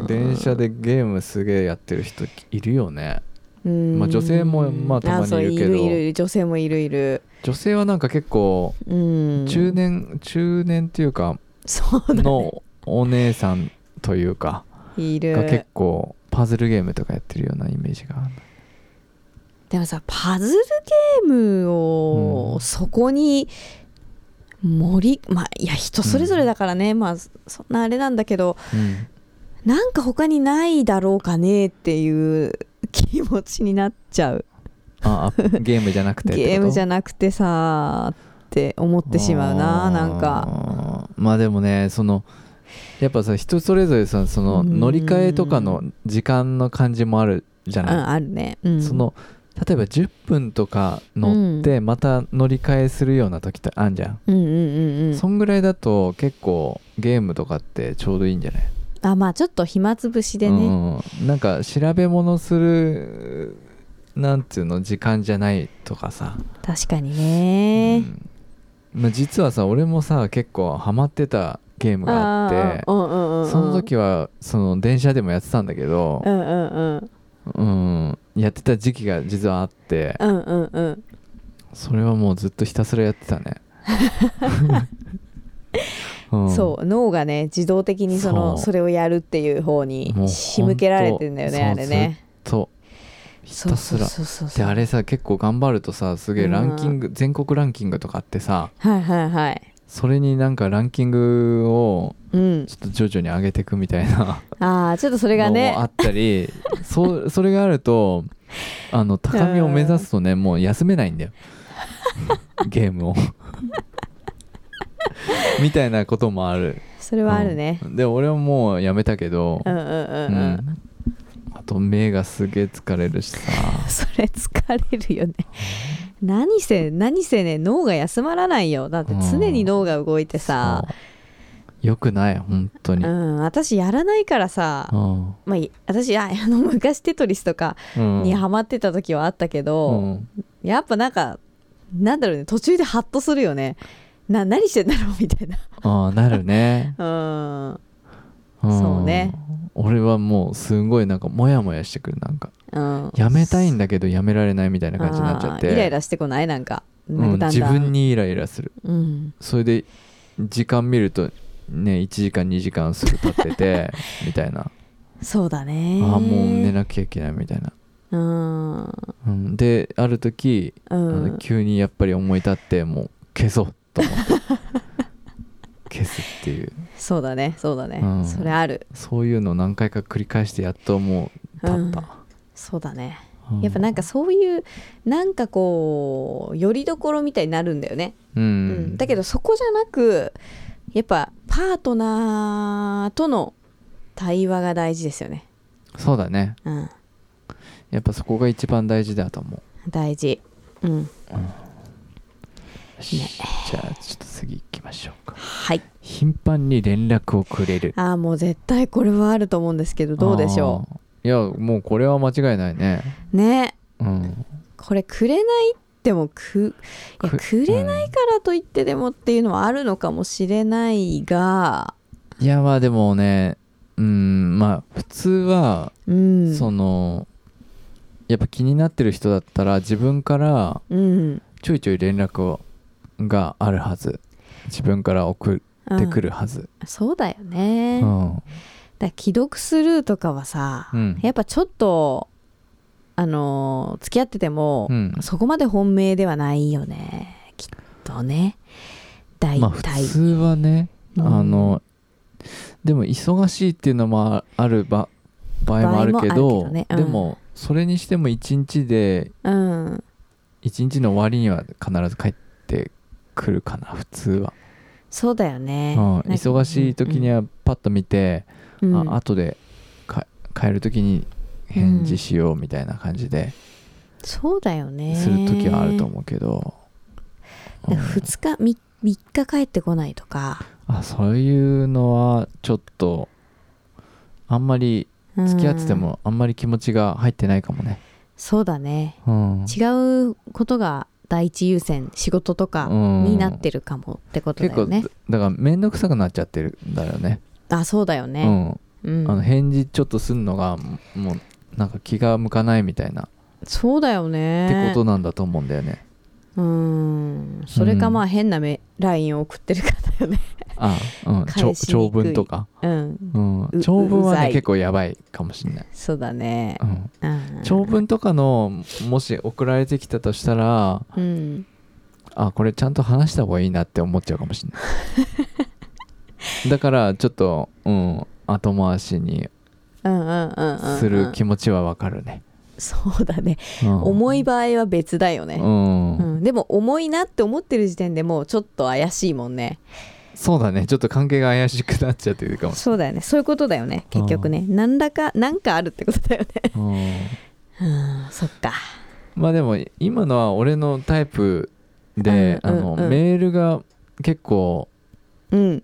[SPEAKER 2] ね
[SPEAKER 3] ん
[SPEAKER 2] 電車でゲームすげえやってる人いるよね
[SPEAKER 3] うん
[SPEAKER 2] まあ女性もまあた
[SPEAKER 3] あ
[SPEAKER 2] まにいるけど
[SPEAKER 3] そういるいるいる女性もいるいる。
[SPEAKER 2] 女性はなんか結構
[SPEAKER 3] うん、
[SPEAKER 2] 中年中年っていうか
[SPEAKER 3] そうだ
[SPEAKER 2] のお姉さんというか
[SPEAKER 3] い
[SPEAKER 2] が結
[SPEAKER 3] る
[SPEAKER 2] 構パズルゲームとかやってるようなイメージがある
[SPEAKER 3] でもさパズルゲーム
[SPEAKER 2] う
[SPEAKER 3] を
[SPEAKER 2] ん
[SPEAKER 3] そこに盛りまあいや人それぞれだからね、まあそそんなあれなんだけど
[SPEAKER 2] うん
[SPEAKER 3] なんか他にないだろうかねっていう気持ちになっちゃう
[SPEAKER 2] ああゲームじゃなくて
[SPEAKER 3] ゲームじゃ
[SPEAKER 2] な
[SPEAKER 3] なくてさーって思ってしまうななんか
[SPEAKER 2] かまあでもねそのやっぱさ人それぞれさその
[SPEAKER 3] うん
[SPEAKER 2] 乗り換えとかの時間の感じもあるじゃ
[SPEAKER 3] うん
[SPEAKER 2] ない、
[SPEAKER 3] あるね、うん、
[SPEAKER 2] その例えば10分とか乗ってまた乗り換えするような時ってあんじゃん、
[SPEAKER 3] うんうんうんうん
[SPEAKER 2] そんぐらいだと結構ゲームとかってちょうどいいんじゃない
[SPEAKER 3] あまあちょっと暇つぶしでね、
[SPEAKER 2] うん、なんか調べ物するなんていうの時間じゃないとかさ、
[SPEAKER 3] 確かにね
[SPEAKER 2] うんまあ、実はさ俺もさ結構ハマってたゲームがあって
[SPEAKER 3] ーうんうんうんうん
[SPEAKER 2] その時はその電車でもやってたんだけど
[SPEAKER 3] う、んうんうん
[SPEAKER 2] うん、やってた時期が実はあって
[SPEAKER 3] うんうんうん
[SPEAKER 2] それはもうずっとひたすらやってたね。
[SPEAKER 3] *laughs*
[SPEAKER 2] うん
[SPEAKER 3] そう脳がね自動的にその
[SPEAKER 2] そう
[SPEAKER 3] それをやるっていう方に
[SPEAKER 2] もう
[SPEAKER 3] 仕向けられてんだよね
[SPEAKER 2] ほ
[SPEAKER 3] あ
[SPEAKER 2] んと
[SPEAKER 3] れね
[SPEAKER 2] そうひ
[SPEAKER 3] そう
[SPEAKER 2] たすら
[SPEAKER 3] そうそうそう
[SPEAKER 2] であれさ結構頑張るとさすげえランキング、全国ランキングとかあってさ
[SPEAKER 3] はいはいはい
[SPEAKER 2] それになんかランキングを
[SPEAKER 3] うん
[SPEAKER 2] ちょっと徐々に上げていくみたいな
[SPEAKER 3] ああちょっとそれが
[SPEAKER 2] の
[SPEAKER 3] ね
[SPEAKER 2] もあったり、そうそれがあるとあの高みを目指すとねもう休めないんだ
[SPEAKER 3] *laughs*
[SPEAKER 2] よゲームをみたいなこともある
[SPEAKER 3] それはあるね、
[SPEAKER 2] うんで俺はもうやめたけど、
[SPEAKER 3] うん、うんうんうん、
[SPEAKER 2] うんあと目がすげえ疲れるしさ
[SPEAKER 3] それ疲れるよね何せ何せね脳が休まらないよだって常に脳が動いてさ、
[SPEAKER 2] そうよくない本当
[SPEAKER 3] う
[SPEAKER 2] に、
[SPEAKER 3] ん、私やらないからさ、
[SPEAKER 2] うん
[SPEAKER 3] まあ、い私ああの *laughs* 昔テトリスとか
[SPEAKER 2] うん
[SPEAKER 3] にハマってた時はあったけ
[SPEAKER 2] う
[SPEAKER 3] ど、
[SPEAKER 2] ん
[SPEAKER 3] やっぱなんかなんだろうね途中でハッとするよねな何してんだろうみたい
[SPEAKER 2] ああなるね、
[SPEAKER 3] な *laughs* うん
[SPEAKER 2] ん
[SPEAKER 3] *laughs* そうね
[SPEAKER 2] 俺はもうすごいなんかモヤモヤしてくるなんか
[SPEAKER 3] うん
[SPEAKER 2] やめたいんだけどやめられないみたいな感じになっちゃって
[SPEAKER 3] あーイライラしてこないなんか
[SPEAKER 2] う
[SPEAKER 3] なんか
[SPEAKER 2] ん
[SPEAKER 3] だん
[SPEAKER 2] 自
[SPEAKER 3] だん、
[SPEAKER 2] 分にイライラする
[SPEAKER 3] うん
[SPEAKER 2] それで時間見るとね1時間2時間すぐ経っ
[SPEAKER 3] *laughs*
[SPEAKER 2] ててみたいな
[SPEAKER 3] そうだ
[SPEAKER 2] あ
[SPEAKER 3] ね
[SPEAKER 2] あもう寝なきゃいけないみたいな、
[SPEAKER 3] うん
[SPEAKER 2] うん、である時、
[SPEAKER 3] う
[SPEAKER 2] あの
[SPEAKER 3] ん
[SPEAKER 2] 急にやっぱり思い立ってもう消そうと
[SPEAKER 3] *laughs*
[SPEAKER 2] 思って消すっていう
[SPEAKER 3] そうだねそうだね、
[SPEAKER 2] うん
[SPEAKER 3] それある
[SPEAKER 2] そういうのを何回か繰り返してやっとも
[SPEAKER 3] う
[SPEAKER 2] う立
[SPEAKER 3] ん
[SPEAKER 2] った、
[SPEAKER 3] そうだね
[SPEAKER 2] うん
[SPEAKER 3] やっぱなんかそういうなんかこうよりどころみたいになるんだよね、
[SPEAKER 2] うん
[SPEAKER 3] うんだけどそこじゃなくやっぱパートナーとの対話が大事ですよね
[SPEAKER 2] そうだね
[SPEAKER 3] うん
[SPEAKER 2] やっぱそこが一番大事だと思う
[SPEAKER 3] 大事うん
[SPEAKER 2] よしじゃあちょっと次行きましょうか
[SPEAKER 3] はい
[SPEAKER 2] 頻繁に連絡をくれる
[SPEAKER 3] ああもう絶対これはあると思うんですけどどうでしょ
[SPEAKER 2] ういやもうこれは間違いないね
[SPEAKER 3] うね
[SPEAKER 2] うん
[SPEAKER 3] これくれないってもくいや
[SPEAKER 2] く
[SPEAKER 3] くれないからといってでもっていうのはあるのかもしれないが
[SPEAKER 2] いやまあでもねうんまあ普通は、
[SPEAKER 3] うん
[SPEAKER 2] そのやっぱ気になってる人だったら自分から
[SPEAKER 3] うん
[SPEAKER 2] ちょいちょい連絡をがあるはず自分から送
[SPEAKER 3] うん
[SPEAKER 2] ってくるはず、
[SPEAKER 3] そうだよね、
[SPEAKER 2] う
[SPEAKER 3] だか
[SPEAKER 2] ん
[SPEAKER 3] ら既読スルーとかはさ、
[SPEAKER 2] うん
[SPEAKER 3] やっぱちょっとあのー付き合ってても、
[SPEAKER 2] うん
[SPEAKER 3] そこまで本命ではないよねきっとね大体、
[SPEAKER 2] まあ普通はね、
[SPEAKER 3] うん
[SPEAKER 2] あのでも忙しいっていうのもあるば場合もあるけ
[SPEAKER 3] 場合
[SPEAKER 2] ど
[SPEAKER 3] もあるけどねうん
[SPEAKER 2] でもそれにしても一日で
[SPEAKER 3] うん
[SPEAKER 2] 一日の終わりには必ず帰ってくるかな普通は、
[SPEAKER 3] そうだよね、
[SPEAKER 2] うん、
[SPEAKER 3] なんか
[SPEAKER 2] 忙しい時にはパッと見て、
[SPEAKER 3] うんうん
[SPEAKER 2] あ後でか帰る時に返事しようみたいな感じで
[SPEAKER 3] そうだよね
[SPEAKER 2] する時はあると思うけど、うん
[SPEAKER 3] 2日み3日帰ってこないとか、
[SPEAKER 2] あそういうのはちょっとあんまり
[SPEAKER 3] うん
[SPEAKER 2] 付き合っててもあんまり気持ちが入ってないかもね、
[SPEAKER 3] そうだね
[SPEAKER 2] うん、
[SPEAKER 3] 違うことが第一優先仕事とか
[SPEAKER 2] うん
[SPEAKER 3] になってるかもってことだ
[SPEAKER 2] 結構
[SPEAKER 3] よ
[SPEAKER 2] だ
[SPEAKER 3] ね
[SPEAKER 2] だから面倒くさくなっちゃってるんだよね
[SPEAKER 3] あそうだよねう、
[SPEAKER 2] うんん、あの返事ちょっとすんのがもうなんか気が向かないみたいな
[SPEAKER 3] そうだよね
[SPEAKER 2] ってことなんだと思うんだよ
[SPEAKER 3] *laughs*
[SPEAKER 2] ね、
[SPEAKER 3] うんそれかまあ変なめ LINE を送ってるかだよね
[SPEAKER 2] あ、うん、長
[SPEAKER 3] 返しにくい
[SPEAKER 2] 長文とか、
[SPEAKER 3] うん
[SPEAKER 2] うん
[SPEAKER 3] う、
[SPEAKER 2] 長文
[SPEAKER 3] う
[SPEAKER 2] は
[SPEAKER 3] ざ
[SPEAKER 2] ね
[SPEAKER 3] い
[SPEAKER 2] 結構やばいかもしれない、
[SPEAKER 3] そうだね
[SPEAKER 2] うん、
[SPEAKER 3] うん
[SPEAKER 2] 長文とかのもし送られてきたとしたら
[SPEAKER 3] うん
[SPEAKER 2] あこれちゃんと話した方がいいなって思っちゃうかもしれな
[SPEAKER 3] *laughs*
[SPEAKER 2] いだからちょっと、うん、後回しに
[SPEAKER 3] うんうんうんうん
[SPEAKER 2] する気持ちはわかるね、
[SPEAKER 3] そうだね
[SPEAKER 2] うん、
[SPEAKER 3] 重い場合は別だよ
[SPEAKER 2] う
[SPEAKER 3] ね
[SPEAKER 2] ん
[SPEAKER 3] うんでも重いなって思ってる時点でもうちょっと怪しいもんね
[SPEAKER 2] そうだねちょっと関係が怪しくなっちゃってるかもし
[SPEAKER 3] そうだよねそういうことだよね結局ね何らか何かあるってことだよね
[SPEAKER 2] れない、
[SPEAKER 3] うん *laughs* そっか
[SPEAKER 2] うん、まあでも今のは俺のタイプで、
[SPEAKER 3] うんうん
[SPEAKER 2] あ
[SPEAKER 3] う
[SPEAKER 2] の
[SPEAKER 3] ん
[SPEAKER 2] メールが結構
[SPEAKER 3] うん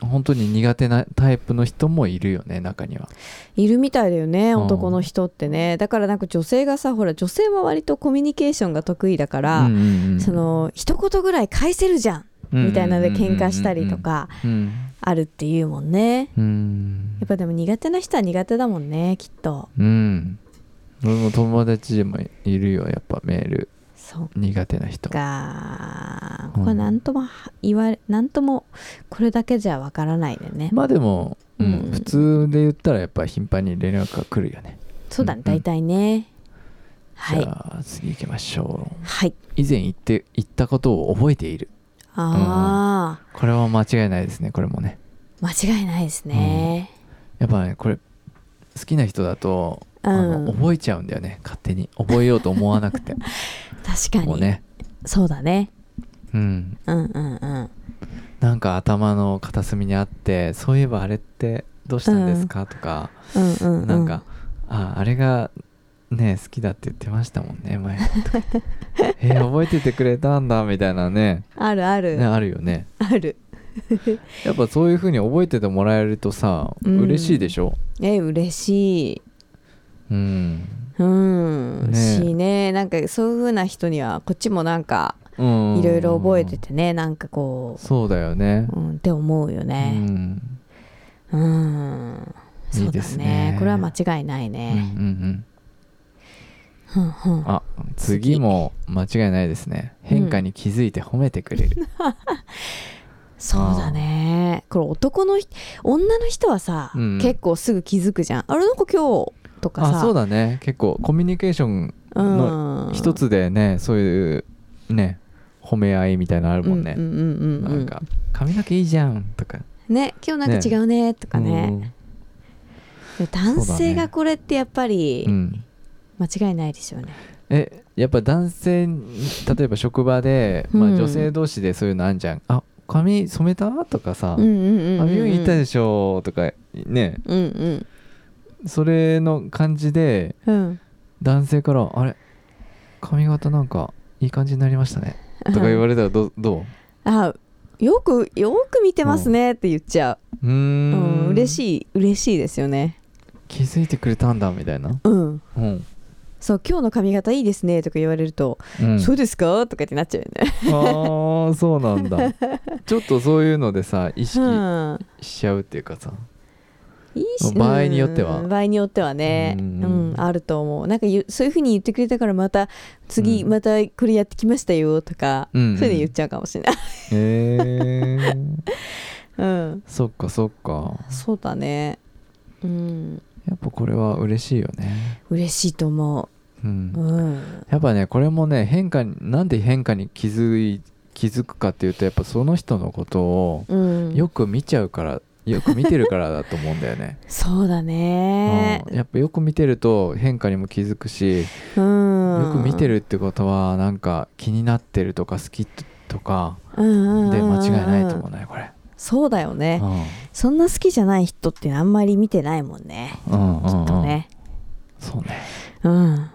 [SPEAKER 2] 本当に苦手なタイプの人もいるよね中にはい
[SPEAKER 3] るみたいだよね
[SPEAKER 2] うん
[SPEAKER 3] 男の人ってねだからなんか女性がさほら女性は割とコミュニケーションが得意だから、
[SPEAKER 2] うんうんうん
[SPEAKER 3] その一言ぐらい返せるじゃんみたいなので喧嘩したりとか
[SPEAKER 2] うん
[SPEAKER 3] あるっていうもんね
[SPEAKER 2] うん
[SPEAKER 3] やっぱでも苦手な人は苦手だもんねきっと
[SPEAKER 2] うん俺も友達でもいるよやっぱメール
[SPEAKER 3] そっ
[SPEAKER 2] 苦手な人
[SPEAKER 3] か
[SPEAKER 2] うん
[SPEAKER 3] これ何とも言われ何ともこれだけじゃわからないでね
[SPEAKER 2] まあでも、うん
[SPEAKER 3] うん
[SPEAKER 2] 普通で言ったらやっぱ頻繁に連絡が来るよね
[SPEAKER 3] そうだ
[SPEAKER 2] う
[SPEAKER 3] ね
[SPEAKER 2] ん
[SPEAKER 3] 大体ねは
[SPEAKER 2] じ
[SPEAKER 3] い
[SPEAKER 2] ゃあ次行きましょう
[SPEAKER 3] はい
[SPEAKER 2] 以前言って言ったことを覚えている
[SPEAKER 3] あ
[SPEAKER 2] これは間違いないですねこれもね
[SPEAKER 3] ー間違いないですね
[SPEAKER 2] やっぱねこれ好きな人だと、
[SPEAKER 3] うん
[SPEAKER 2] あの覚えちゃうんだよね勝手に覚えようと思わなくて
[SPEAKER 3] *laughs* 確か
[SPEAKER 2] もう
[SPEAKER 3] に
[SPEAKER 2] ね
[SPEAKER 3] そうだね
[SPEAKER 2] うん
[SPEAKER 3] うんうんうん
[SPEAKER 2] なんか頭の片隅にあってそういえばあれってどうしたんですか、とか
[SPEAKER 3] うんうんうん
[SPEAKER 2] なんか、ああれがね好きだって言ってましたもん
[SPEAKER 3] *laughs*
[SPEAKER 2] ね前の時えー覚えててくれたんだみたいなね
[SPEAKER 3] あるある、
[SPEAKER 2] ねあるよね
[SPEAKER 3] ある
[SPEAKER 2] やっぱそういう風に覚えててもらえるとさ、
[SPEAKER 3] うん
[SPEAKER 2] 嬉しいでしょ
[SPEAKER 3] え嬉しい
[SPEAKER 2] うん
[SPEAKER 3] うん、
[SPEAKER 2] ね
[SPEAKER 3] しねなんかそういう風な人にはこっちもなんか
[SPEAKER 2] うん
[SPEAKER 3] いろいろ覚えててねなんかこ
[SPEAKER 2] そうだよね
[SPEAKER 3] う、うん、って思うよ
[SPEAKER 2] う
[SPEAKER 3] ね
[SPEAKER 2] ん
[SPEAKER 3] うん、そうだね
[SPEAKER 2] いいですね
[SPEAKER 3] これは間違いない
[SPEAKER 2] うんうんう
[SPEAKER 3] ね、
[SPEAKER 2] ん
[SPEAKER 3] うんうん
[SPEAKER 2] あ次も間違いないですね変化に気づいて褒めてくれる、
[SPEAKER 3] そうだねこれ男の人女の人はさ、
[SPEAKER 2] うん
[SPEAKER 3] 結構すぐ気づくじゃんあれなんか今日とかさ
[SPEAKER 2] あそうだね結構コミュニケーションの
[SPEAKER 3] うん、
[SPEAKER 2] 一つでね、そういうね褒め合いみたいなのあるもんね、
[SPEAKER 3] うんうんうんうん
[SPEAKER 2] なんか「髪の毛いいじゃん」とか
[SPEAKER 3] ね今日なんか違うねとかねで男
[SPEAKER 2] そうだね
[SPEAKER 3] 性がこれってやっぱり
[SPEAKER 2] うんうん
[SPEAKER 3] 間違いないですよね
[SPEAKER 2] えやっぱ男性例えば職場で、まあ、
[SPEAKER 3] うん
[SPEAKER 2] 女性同士でそういうのあんじゃん「あ髪染めた?」とかさ「
[SPEAKER 3] うんうんうんうん
[SPEAKER 2] 髪
[SPEAKER 3] う
[SPEAKER 2] の毛いった
[SPEAKER 3] ん
[SPEAKER 2] でしょ」とかね
[SPEAKER 3] うん
[SPEAKER 2] それの感じで
[SPEAKER 3] うん
[SPEAKER 2] 男性から「あれ髪型なんかいい感じになりましたね」とか言われた
[SPEAKER 3] *laughs*
[SPEAKER 2] らどど
[SPEAKER 3] あよくよく見てますねって言っちゃ
[SPEAKER 2] ううー
[SPEAKER 3] う、うん
[SPEAKER 2] ん
[SPEAKER 3] 嬉
[SPEAKER 2] い
[SPEAKER 3] しい嬉しいですよね
[SPEAKER 2] 気づいてくれたんだみたいな
[SPEAKER 3] うん
[SPEAKER 2] うん、
[SPEAKER 3] そう今日の髪型いいですねとか言われると、
[SPEAKER 2] うん、
[SPEAKER 3] そうですかとかってなっちゃうよね
[SPEAKER 2] ああそうな
[SPEAKER 3] *laughs*
[SPEAKER 2] んだちょっとそういうのでさ意識
[SPEAKER 3] うん
[SPEAKER 2] しちゃうっていうかさ
[SPEAKER 3] いいし
[SPEAKER 2] 場合によっては
[SPEAKER 3] うん場合によってはね
[SPEAKER 2] う
[SPEAKER 3] うんん、あると思うなんかゆそういうふうに言ってくれたからまた次、
[SPEAKER 2] うん
[SPEAKER 3] またこれやってきましたよとか、
[SPEAKER 2] うんうん
[SPEAKER 3] そういうの言っちゃうかもしれない
[SPEAKER 2] へえー、
[SPEAKER 3] うん
[SPEAKER 2] そっかそっか
[SPEAKER 3] そうだねうん
[SPEAKER 2] やっぱこれは嬉しいよね
[SPEAKER 3] 嬉しいと思
[SPEAKER 2] う
[SPEAKER 3] う、
[SPEAKER 2] ん
[SPEAKER 3] うん、
[SPEAKER 2] やっぱねこれもね変化になんで変化に気づい気づくかっていうとやっぱその人のことを
[SPEAKER 3] うん
[SPEAKER 2] よく見ちゃうからよく見てるからだと思うんだよね、
[SPEAKER 3] そうだ *laughs* ね
[SPEAKER 2] うん、やっぱよく見てると変化にも気づくし、
[SPEAKER 3] うん
[SPEAKER 2] よく見てるってことはなんか気になってるとか好きとか
[SPEAKER 3] うんうんうん
[SPEAKER 2] で間違いないと思
[SPEAKER 3] う
[SPEAKER 2] うんねこれ、
[SPEAKER 3] そうだよ
[SPEAKER 2] う
[SPEAKER 3] ね
[SPEAKER 2] ん
[SPEAKER 3] そんな好きじゃない人ってあんまり見てないもんね
[SPEAKER 2] うん
[SPEAKER 3] きっ
[SPEAKER 2] うんう
[SPEAKER 3] と
[SPEAKER 2] ん
[SPEAKER 3] ね
[SPEAKER 2] そうね
[SPEAKER 3] うん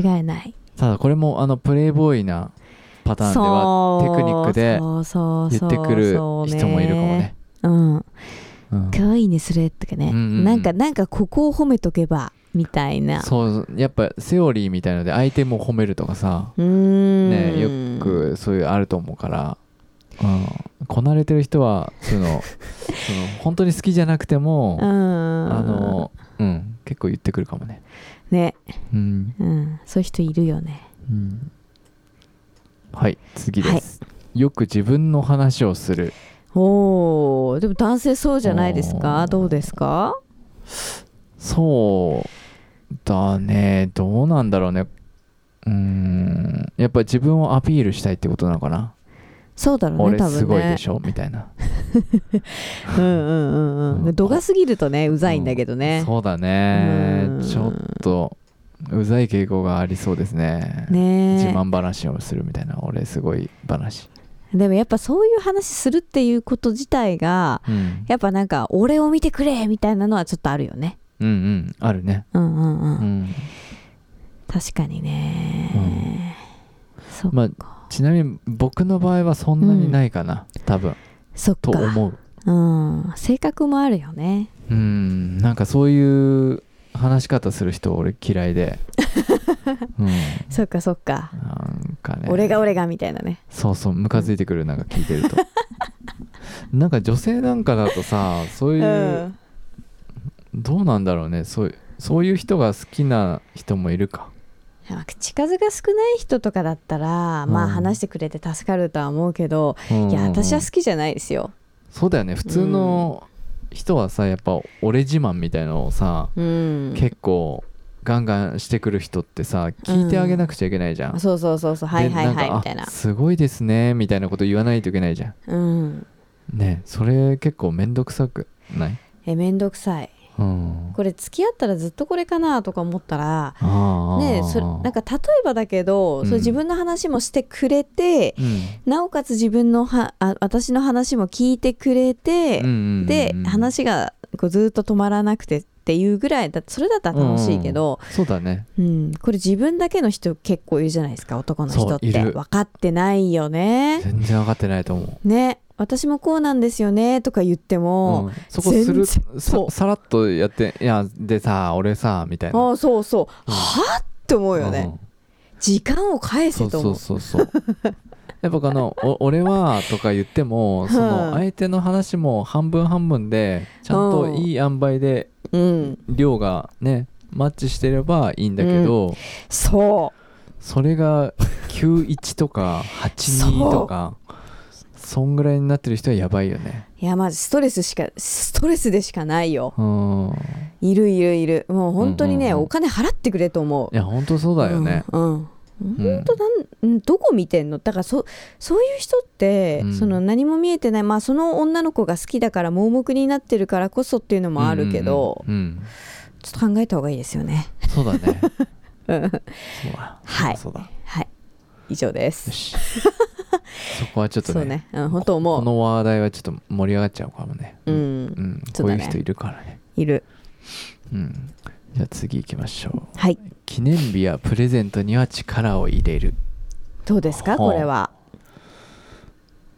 [SPEAKER 3] 間違いない
[SPEAKER 2] ただこれもあのプレイボーイなパターンでは
[SPEAKER 3] そう
[SPEAKER 2] テクニックで
[SPEAKER 3] そうそう
[SPEAKER 2] 言
[SPEAKER 3] そう
[SPEAKER 2] ってくる
[SPEAKER 3] そう
[SPEAKER 2] 人もいるかもね。
[SPEAKER 3] うん
[SPEAKER 2] うん
[SPEAKER 3] 可愛いねそれとかね、
[SPEAKER 2] うんうんうん
[SPEAKER 3] なんかなんかここを褒めとけばみたいな
[SPEAKER 2] そうやっぱセオリーみたいので相手も褒めるとかさ、
[SPEAKER 3] うーん
[SPEAKER 2] ね、よくそういうあると思うから、うん、こなれてる人はそ
[SPEAKER 3] *laughs*
[SPEAKER 2] のその本当に好きじゃなくても、
[SPEAKER 3] うん
[SPEAKER 2] あ
[SPEAKER 3] あ
[SPEAKER 2] の、うん、結構言ってくるかもね。
[SPEAKER 3] ね
[SPEAKER 2] うん
[SPEAKER 3] うんそういう人いるよね
[SPEAKER 2] うんはい次です、よく自分の話をする
[SPEAKER 3] おおでも男性そうじゃないです
[SPEAKER 2] お
[SPEAKER 3] か
[SPEAKER 2] ー
[SPEAKER 3] どうですか
[SPEAKER 2] そうだねどうなんだろうねうーんやっぱ自分をアピールしたいってことなのかな、
[SPEAKER 3] そうだろうね
[SPEAKER 2] 俺
[SPEAKER 3] 多分ね
[SPEAKER 2] すごいでしょみたいな、
[SPEAKER 3] うんうんうんう
[SPEAKER 2] う
[SPEAKER 3] んん度が過ぎるとねうざいんだけどね、
[SPEAKER 2] そうだね
[SPEAKER 3] うん
[SPEAKER 2] ちょっとうざい傾向がありそうですね自
[SPEAKER 3] ね
[SPEAKER 2] 慢話をするみたいな俺すごい話、
[SPEAKER 3] えでもやっぱそういう話するっていうこと自体が
[SPEAKER 2] うん、
[SPEAKER 3] やっぱなんか俺を見てくれみたいなのはちょっとあるよね
[SPEAKER 2] うんうんあるね
[SPEAKER 3] うんうんうん、
[SPEAKER 2] うん
[SPEAKER 3] 確かにね、そっか、
[SPEAKER 2] まちなみに僕の場合はそんなにないかな、多分
[SPEAKER 3] そっ
[SPEAKER 2] と
[SPEAKER 3] か
[SPEAKER 2] 思う
[SPEAKER 3] うん性格もあるよね
[SPEAKER 2] うんなんかそういう話し方する人俺嫌
[SPEAKER 3] *laughs*
[SPEAKER 2] いで、うん、
[SPEAKER 3] そっかそっか、
[SPEAKER 2] なんかね
[SPEAKER 3] 俺が俺がみたいなね
[SPEAKER 2] そうそうムカついてくるなんか聞い
[SPEAKER 3] *laughs*
[SPEAKER 2] てるとなんか女性なんかだとさそう
[SPEAKER 3] う
[SPEAKER 2] いう、
[SPEAKER 3] ん
[SPEAKER 2] どうなんだろうねそういうそういう人が好きな人もいるか
[SPEAKER 3] 口数が少ない人とかだったら、まあ
[SPEAKER 2] うん
[SPEAKER 3] 話してくれて助かるとは思うけど、
[SPEAKER 2] うん
[SPEAKER 3] いや私は好きじゃないですよ
[SPEAKER 2] そうだよね普通の人はさやっぱ俺自慢みたいのをさ、
[SPEAKER 3] うん
[SPEAKER 2] 結構ガンガンしてくる人ってさ聞いてあげなくちゃいけないじゃん、
[SPEAKER 3] そうそうそうそうはい
[SPEAKER 2] で
[SPEAKER 3] はい
[SPEAKER 2] ん
[SPEAKER 3] はい
[SPEAKER 2] か
[SPEAKER 3] みたいな
[SPEAKER 2] あすごいですねみたいなこと言わないといけないじゃ
[SPEAKER 3] うん
[SPEAKER 2] んねそれ結構めんどくさくない
[SPEAKER 3] えめんどくさい
[SPEAKER 2] うん
[SPEAKER 3] これ付き合ったらずっとこれかなとか思ったら
[SPEAKER 2] ああ
[SPEAKER 3] ねえそれなんか例えばだけど、
[SPEAKER 2] うん
[SPEAKER 3] そう自分の話もしてくれて
[SPEAKER 2] うん
[SPEAKER 3] なおかつ自分のはあ私の話も聞いてくれて、
[SPEAKER 2] うんうんうんうん
[SPEAKER 3] で話がこうずっと止まらなくてっていうぐらいだそれだったら楽しいけど、
[SPEAKER 2] うんそうだね
[SPEAKER 3] うんこれ自分だけの人結構いるじゃないですか男の人っ
[SPEAKER 2] そうい
[SPEAKER 3] て
[SPEAKER 2] る
[SPEAKER 3] 分かってないよね。
[SPEAKER 2] 全然分かってないと思
[SPEAKER 3] ね私もこうなんですよねとか言って
[SPEAKER 2] う、
[SPEAKER 3] も
[SPEAKER 2] う、ん、そこするさ
[SPEAKER 3] 全そう
[SPEAKER 2] さらっとやっていやでさ俺さみたいな
[SPEAKER 3] ああそうそう、
[SPEAKER 2] うん
[SPEAKER 3] はあって思うよね、
[SPEAKER 2] ん
[SPEAKER 3] 時間を返
[SPEAKER 2] そ
[SPEAKER 3] せ
[SPEAKER 2] う
[SPEAKER 3] と
[SPEAKER 2] そ
[SPEAKER 3] 思う
[SPEAKER 2] うそうそう *laughs* やっぱあのお「俺は」とか言ってもその
[SPEAKER 3] はい
[SPEAKER 2] 相手の話も半分半分でちゃんといい塩梅で
[SPEAKER 3] うん
[SPEAKER 2] 量がねマッチしてればいいんだけど、
[SPEAKER 3] そう
[SPEAKER 2] それが91とか82とかそんぐらいになってる人はやばいよね
[SPEAKER 3] いやまジストレスしかストレスでしかないよ
[SPEAKER 2] うん
[SPEAKER 3] いるいるいるもう本当にね、
[SPEAKER 2] うんうんうん
[SPEAKER 3] お金払ってくれと思う
[SPEAKER 2] いやほんとそうだよね、
[SPEAKER 3] うん、うん
[SPEAKER 2] うん
[SPEAKER 3] 本当なんうんどこ見てんのだからそそういう人って、
[SPEAKER 2] うん
[SPEAKER 3] その何も見えてない、まあ、その女の子が好きだから盲目になってるからこそっていうのもあるけど、
[SPEAKER 2] うんうんうん
[SPEAKER 3] ちょっと考えた方がいいですよね
[SPEAKER 2] うんそうだね
[SPEAKER 3] *laughs* うん
[SPEAKER 2] そうだ
[SPEAKER 3] はい
[SPEAKER 2] そうだよ
[SPEAKER 3] はい以上です *laughs*
[SPEAKER 2] しそこはちょっと
[SPEAKER 3] そう
[SPEAKER 2] ね
[SPEAKER 3] ね、うん、本当
[SPEAKER 2] こ
[SPEAKER 3] 思う
[SPEAKER 2] の話題はちょっと盛り上がっちゃうかもね、
[SPEAKER 3] う
[SPEAKER 2] うんん、
[SPEAKER 3] そ
[SPEAKER 2] こ
[SPEAKER 3] う
[SPEAKER 2] うい
[SPEAKER 3] だ
[SPEAKER 2] う
[SPEAKER 3] ね
[SPEAKER 2] 人いるからね
[SPEAKER 3] いる
[SPEAKER 2] うんじゃあ次行きましょう
[SPEAKER 3] はい
[SPEAKER 2] 記念日やプレゼントには力を入れる
[SPEAKER 3] どうですか
[SPEAKER 2] ほう
[SPEAKER 3] これは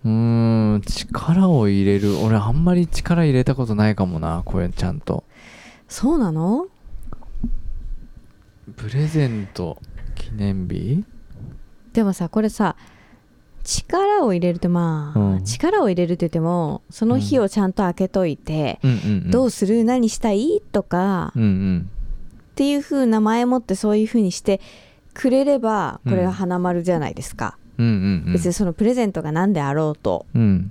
[SPEAKER 2] うーん力を入れる俺あんまり力入れたことないかもなこれちゃんと
[SPEAKER 3] そうなの
[SPEAKER 2] プレゼント記念日
[SPEAKER 3] でもさこれさ力を入れるってまあ、
[SPEAKER 2] うん
[SPEAKER 3] 力を入れるって言ってもその日をちゃんと開けといて、
[SPEAKER 2] うんうん、うん、
[SPEAKER 3] どうする何したいとか、
[SPEAKER 2] うんうん
[SPEAKER 3] っていう風な前もってそういう風にしてくれればこれは花丸じゃないですか、
[SPEAKER 2] うんうんうん
[SPEAKER 3] 別にそのプレゼントが何であろうと
[SPEAKER 2] うん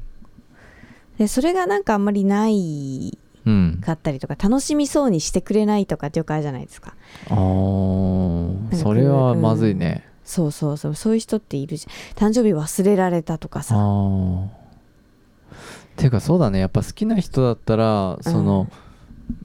[SPEAKER 3] でそれがなんかあんまりない
[SPEAKER 2] うん
[SPEAKER 3] かったりとか楽しみそうにしてくれないとかってよくあるじゃないですか
[SPEAKER 2] あ
[SPEAKER 3] ん
[SPEAKER 2] ー
[SPEAKER 3] か
[SPEAKER 2] それはまずいね、
[SPEAKER 3] そうそうそうそういう人っているじゃん誕生日忘れられたとか
[SPEAKER 2] あ
[SPEAKER 3] さ
[SPEAKER 2] ーていうかそうだねやっぱ好きな人だったらその、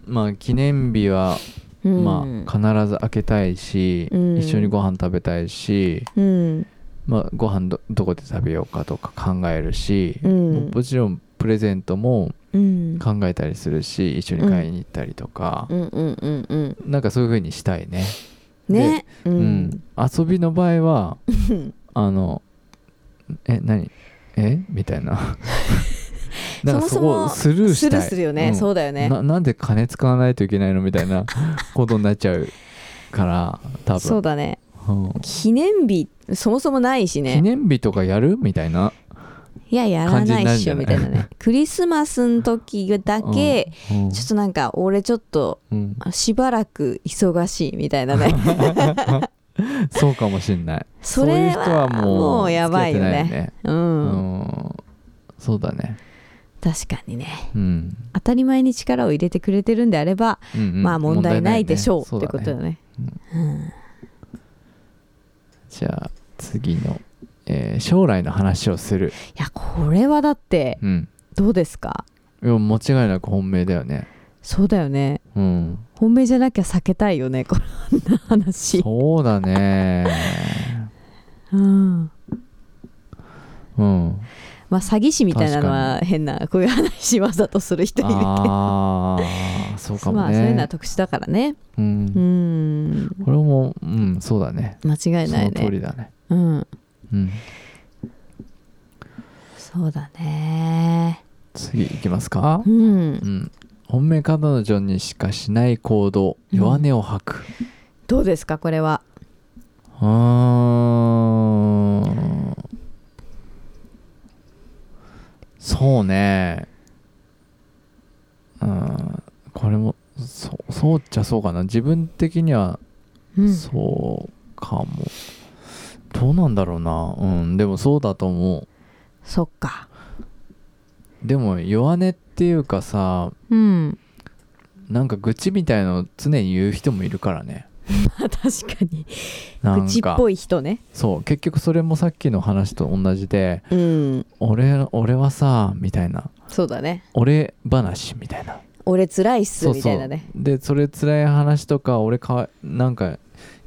[SPEAKER 2] まあ記念日は、
[SPEAKER 3] うん
[SPEAKER 2] まあ必ず開けたいし、
[SPEAKER 3] うん
[SPEAKER 2] 一緒にご飯食べたいし、
[SPEAKER 3] うん
[SPEAKER 2] まあ、ご飯どどこで食べようかとか考えるし、
[SPEAKER 3] うん
[SPEAKER 2] ももちろんプレゼントも
[SPEAKER 3] うん
[SPEAKER 2] 考えたりするし一緒に買いに行ったりとか
[SPEAKER 3] う、んうんうんうん
[SPEAKER 2] なんかそういう風にしたいね、
[SPEAKER 3] ねう
[SPEAKER 2] うん
[SPEAKER 3] ん
[SPEAKER 2] 遊びの場合は
[SPEAKER 3] *laughs* うん
[SPEAKER 2] あのえ何えみたい
[SPEAKER 3] *laughs*
[SPEAKER 2] ななんかそ
[SPEAKER 3] そもそ
[SPEAKER 2] こ
[SPEAKER 3] も
[SPEAKER 2] スルー
[SPEAKER 3] ス
[SPEAKER 2] し
[SPEAKER 3] ル
[SPEAKER 2] たい
[SPEAKER 3] ーするよね、
[SPEAKER 2] うん
[SPEAKER 3] そうだよね
[SPEAKER 2] ななんで金使わないといけないのみたいなことになっちゃう
[SPEAKER 3] *laughs*
[SPEAKER 2] から多分
[SPEAKER 3] そうだね
[SPEAKER 2] うん
[SPEAKER 3] 記念日そもそもないし
[SPEAKER 2] 記
[SPEAKER 3] ね
[SPEAKER 2] 念日とかやるみたいない
[SPEAKER 3] ややらないっしょ
[SPEAKER 2] 感じになるん
[SPEAKER 3] み
[SPEAKER 2] じ
[SPEAKER 3] た
[SPEAKER 2] ゃ
[SPEAKER 3] い
[SPEAKER 2] ない
[SPEAKER 3] なねクリスマスの時だけ、
[SPEAKER 2] うん
[SPEAKER 3] ちょっとなんか俺ちょっと
[SPEAKER 2] うん
[SPEAKER 3] しばらく忙しいみたいな *laughs* ね
[SPEAKER 2] そうかもしんない
[SPEAKER 3] *laughs* それ
[SPEAKER 2] そういう人は
[SPEAKER 3] は
[SPEAKER 2] もう
[SPEAKER 3] もうやばいよ
[SPEAKER 2] 付き合ってない
[SPEAKER 3] ねうん、
[SPEAKER 2] うんそうだね
[SPEAKER 3] 確かにね
[SPEAKER 2] うん、
[SPEAKER 3] 当たり前に力を入れてくれてるんであれば、
[SPEAKER 2] うんうん
[SPEAKER 3] まあ問題ないでしょう
[SPEAKER 2] ねそ
[SPEAKER 3] ってことだ
[SPEAKER 2] だね
[SPEAKER 3] ね
[SPEAKER 2] じゃあ次の、えー将来の話をする
[SPEAKER 3] いやこれはだって
[SPEAKER 2] うん
[SPEAKER 3] どうですか
[SPEAKER 2] いや間違いなく本命だよね
[SPEAKER 3] そうだよね
[SPEAKER 2] うん
[SPEAKER 3] 本命じゃなきゃ避けたいよねこんな話
[SPEAKER 2] そう
[SPEAKER 3] *laughs*
[SPEAKER 2] だね
[SPEAKER 3] うん
[SPEAKER 2] うん
[SPEAKER 3] まあ詐欺師みたいなの
[SPEAKER 2] 確
[SPEAKER 3] は変なこういう話わざとする人いるけど
[SPEAKER 2] ああそうかも
[SPEAKER 3] ま
[SPEAKER 2] ね、
[SPEAKER 3] あそういうのは特殊だからね
[SPEAKER 2] う、
[SPEAKER 3] うんん
[SPEAKER 2] これもうんそうだね
[SPEAKER 3] 間違い
[SPEAKER 2] そ
[SPEAKER 3] ない
[SPEAKER 2] の通
[SPEAKER 3] ね
[SPEAKER 2] りだね
[SPEAKER 3] うん
[SPEAKER 2] うん
[SPEAKER 3] そうだね
[SPEAKER 2] 次いきますか
[SPEAKER 3] う
[SPEAKER 2] うんん本命彼女にしかしない行動
[SPEAKER 3] うん
[SPEAKER 2] 弱音を吐く
[SPEAKER 3] どうですかこれは
[SPEAKER 2] うーんそうねうんこれもそうそうっちゃそうかな自分的には
[SPEAKER 3] うん
[SPEAKER 2] そうかも、どうなんだろうなうんでもそうだと思う
[SPEAKER 3] そっか
[SPEAKER 2] でも弱音っていうかさ
[SPEAKER 3] うん
[SPEAKER 2] なんか愚痴みたいのを常に言う人もいるからね
[SPEAKER 3] まあ *laughs* 確かに
[SPEAKER 2] なんか
[SPEAKER 3] 口っぽい人ね
[SPEAKER 2] そう結局それもさっきの話と同じで
[SPEAKER 3] うん
[SPEAKER 2] 俺俺はさみたいな
[SPEAKER 3] そうだね
[SPEAKER 2] 俺話みたいな
[SPEAKER 3] 俺辛いっす
[SPEAKER 2] そう
[SPEAKER 3] み
[SPEAKER 2] そ
[SPEAKER 3] た
[SPEAKER 2] う
[SPEAKER 3] いなね
[SPEAKER 2] でそれ辛い話とか俺かわなんか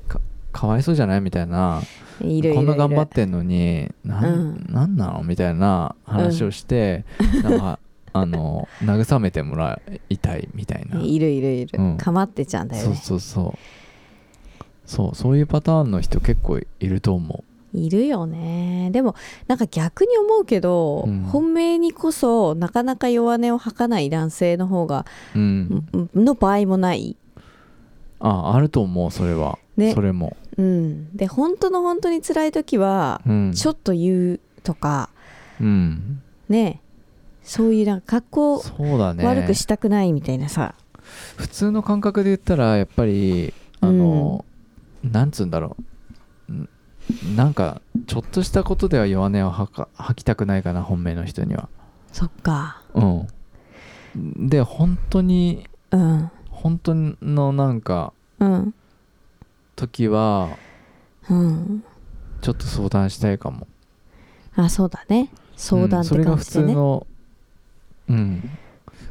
[SPEAKER 2] かかわいそうじゃないみたいない
[SPEAKER 3] るいるいる
[SPEAKER 2] こんな頑張ってんのになん,、
[SPEAKER 3] うん
[SPEAKER 2] なんなのみたいな話をして、な
[SPEAKER 3] *laughs*
[SPEAKER 2] んかあの慰めてもらいたいみたいな、
[SPEAKER 3] いるいるいる、
[SPEAKER 2] うん
[SPEAKER 3] かまってちゃうんだよ
[SPEAKER 2] そう
[SPEAKER 3] ね
[SPEAKER 2] そうそうそうそういうパターンの人結構いると思
[SPEAKER 3] いるよねでもなんか逆に思うけど、
[SPEAKER 2] うん
[SPEAKER 3] 本命にこそなかなか弱音を吐かない男性の方が、
[SPEAKER 2] う、うん、
[SPEAKER 3] の場合もない、
[SPEAKER 2] ああると思うそれは、
[SPEAKER 3] ね
[SPEAKER 2] それも、
[SPEAKER 3] うん、で本当の本当に辛い時は、
[SPEAKER 2] うん、
[SPEAKER 3] ちょっと言うとか
[SPEAKER 2] うん、
[SPEAKER 3] ねそういうなんか格好
[SPEAKER 2] そうだね
[SPEAKER 3] 悪くしたくないみたいなさ、
[SPEAKER 2] 普通の感覚で言ったらやっぱりあの、なんつうんだろうんなんかちょっとしたことでは弱音を吐か吐きたくないかな本命の人には
[SPEAKER 3] そっか
[SPEAKER 2] うんで本当に
[SPEAKER 3] うん
[SPEAKER 2] 本当のなんか
[SPEAKER 3] うん
[SPEAKER 2] 時は
[SPEAKER 3] うん
[SPEAKER 2] ちょっと相談したいかも
[SPEAKER 3] あそうだね相談
[SPEAKER 2] う
[SPEAKER 3] っ
[SPEAKER 2] んそ
[SPEAKER 3] て
[SPEAKER 2] れが
[SPEAKER 3] 感
[SPEAKER 2] 普
[SPEAKER 3] じで
[SPEAKER 2] 通
[SPEAKER 3] ね、
[SPEAKER 2] のうん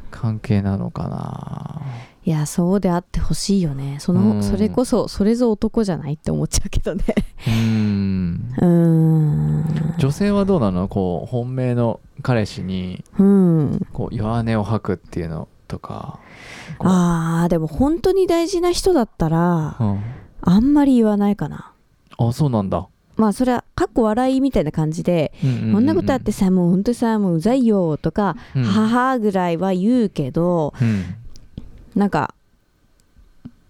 [SPEAKER 2] 関係なのかない
[SPEAKER 3] やそうであってほしいよねその、
[SPEAKER 2] うん
[SPEAKER 3] それこそそれぞ男じゃないって思っちゃうけ
[SPEAKER 2] *laughs*
[SPEAKER 3] どね
[SPEAKER 2] うん
[SPEAKER 3] うーん
[SPEAKER 2] 女性はどうなのこう本命の彼氏に
[SPEAKER 3] うん
[SPEAKER 2] こう弱音を吐くっていうのとか、こう
[SPEAKER 3] あーでも本当に大事な人だったら
[SPEAKER 2] うん、
[SPEAKER 3] あんまり言わないかな
[SPEAKER 2] あそうなんだ、
[SPEAKER 3] まあそれはかっこ笑いみたいな感じで
[SPEAKER 2] うんうんうん
[SPEAKER 3] こんなことあってさもう本当さもううざいよとか
[SPEAKER 2] うん
[SPEAKER 3] ははぐらいは言うけど
[SPEAKER 2] うん
[SPEAKER 3] なんか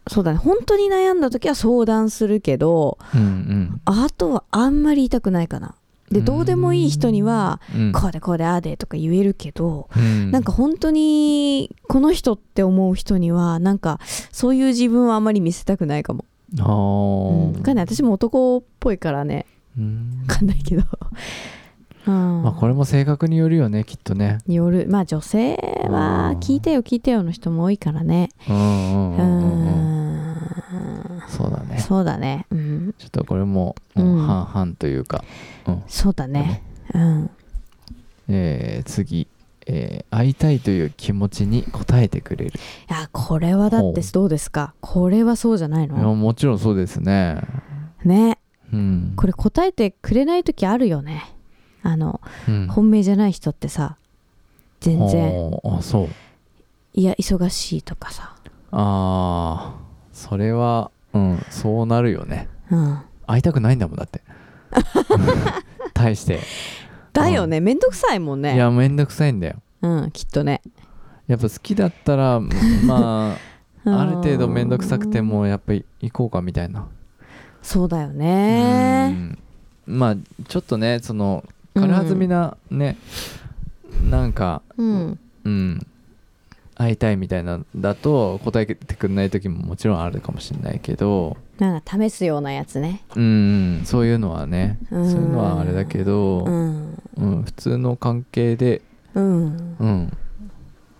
[SPEAKER 3] そうだね本当に悩んだ時は相談するけど
[SPEAKER 2] うん
[SPEAKER 3] あとはあんまり言いたくないかなで
[SPEAKER 2] うん
[SPEAKER 3] どうでもいい人には
[SPEAKER 2] うんうん
[SPEAKER 3] こうでこうでああでとか言えるけど
[SPEAKER 2] うん
[SPEAKER 3] なんか本当にこの人って思う人にはなんかそういう自分はあんまり見せたくないかも、
[SPEAKER 2] あー
[SPEAKER 3] うん、わかんない私も男っぽいからね
[SPEAKER 2] うん
[SPEAKER 3] わかんないけど、うん
[SPEAKER 2] *laughs* まあこれも性格によるよねきっとね
[SPEAKER 3] によるまあ女性は
[SPEAKER 2] うん
[SPEAKER 3] 聞いてよ聞いてよの人も多いからね
[SPEAKER 2] うんう
[SPEAKER 3] う
[SPEAKER 2] んうんうんうん
[SPEAKER 3] ん
[SPEAKER 2] そうだね
[SPEAKER 3] そうだねうん
[SPEAKER 2] ちょっとこれも、うん
[SPEAKER 3] うん
[SPEAKER 2] 半々というか、うん
[SPEAKER 3] そうだねうん
[SPEAKER 2] えー次、ええー会いたいという気持ちに応えてくれ
[SPEAKER 3] い
[SPEAKER 2] る
[SPEAKER 3] やこれはだって
[SPEAKER 2] ほ
[SPEAKER 3] どうですかこれはそうじゃない
[SPEAKER 2] いや
[SPEAKER 3] の
[SPEAKER 2] もちろんそうですね
[SPEAKER 3] ね
[SPEAKER 2] うん
[SPEAKER 3] これ答えてくれない時あるよねあの、
[SPEAKER 2] うん
[SPEAKER 3] 本命じゃない人ってさ全然
[SPEAKER 2] おーあそう
[SPEAKER 3] いや忙しいとかさ
[SPEAKER 2] あーそれはうんそうなるよね
[SPEAKER 3] うん
[SPEAKER 2] 会いたくないんだもんだって
[SPEAKER 3] *laughs*
[SPEAKER 2] 大して
[SPEAKER 3] だよねめんどくさいもん
[SPEAKER 2] い
[SPEAKER 3] ね
[SPEAKER 2] やめんどくさいんだよ
[SPEAKER 3] うんきっとね
[SPEAKER 2] やっぱ好きだっ
[SPEAKER 3] *laughs*
[SPEAKER 2] たらま
[SPEAKER 3] うん
[SPEAKER 2] あある程度めんどくさくてもやっぱり行こうかみたいな
[SPEAKER 3] そうだよ
[SPEAKER 2] う
[SPEAKER 3] ね
[SPEAKER 2] んまあちょっとねその軽はずみなね、なんか
[SPEAKER 3] うん
[SPEAKER 2] うん会いたいみたいなんだと答えてくれない時ももちろんあるかもしれないけど
[SPEAKER 3] なんか試すようなやつね
[SPEAKER 2] うんそういうのはね、
[SPEAKER 3] うん
[SPEAKER 2] そういうのはあれだけど、
[SPEAKER 3] う
[SPEAKER 2] うん
[SPEAKER 3] ん
[SPEAKER 2] 普通の関係で、
[SPEAKER 3] うん
[SPEAKER 2] うん、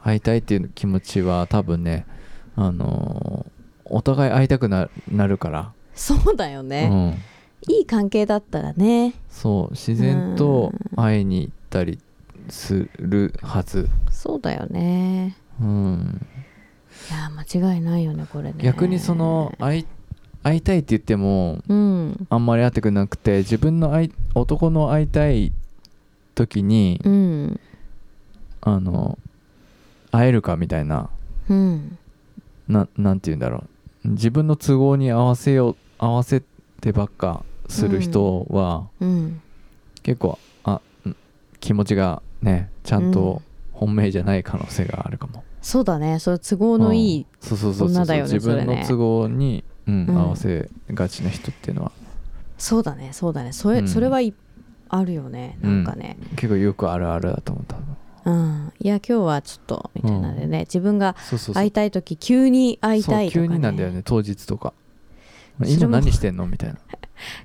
[SPEAKER 2] 会いたいっていう気持ちは多分ね、あのーお互い会いたくななるから、
[SPEAKER 3] そうだよ
[SPEAKER 2] う
[SPEAKER 3] ね、
[SPEAKER 2] ん、
[SPEAKER 3] いい関係だったらね
[SPEAKER 2] そう自然と会いに行ったりするはず、
[SPEAKER 3] そうだよね
[SPEAKER 2] うん、
[SPEAKER 3] いや間違いないよねこれね
[SPEAKER 2] 逆にその会い会いたいって言っても
[SPEAKER 3] うん
[SPEAKER 2] あんまり会ってくれなくて自分の会い男の会いたい時に、
[SPEAKER 3] うん
[SPEAKER 2] あの会えるかみたいな
[SPEAKER 3] うん
[SPEAKER 2] ななんて言うんだろう自分の都合に合わせよう合わせてばっかする人は、
[SPEAKER 3] うん
[SPEAKER 2] 結構あん気持ちがねちゃんと本命じゃない可能性があるかも、
[SPEAKER 3] そうだねそれ都合のいい、
[SPEAKER 2] うんそうそうそうそう
[SPEAKER 3] 女だよね
[SPEAKER 2] 自分
[SPEAKER 3] それ
[SPEAKER 2] の
[SPEAKER 3] ね
[SPEAKER 2] 都合に、うん
[SPEAKER 3] うん
[SPEAKER 2] 合わせがちな人っていうのは
[SPEAKER 3] そうだねそうだねそれ,、
[SPEAKER 2] うん
[SPEAKER 3] それはいあるよねなんかね
[SPEAKER 2] 結構よくあるあるだと思った
[SPEAKER 3] うん、いや今日はちょっとみたいなのでね、自分が
[SPEAKER 2] そうそうそう
[SPEAKER 3] 会いたい時急に会いたいとか、
[SPEAKER 2] そう
[SPEAKER 3] ね、
[SPEAKER 2] 急になんだよね当日とか
[SPEAKER 3] それも
[SPEAKER 2] 今何してんのみたいな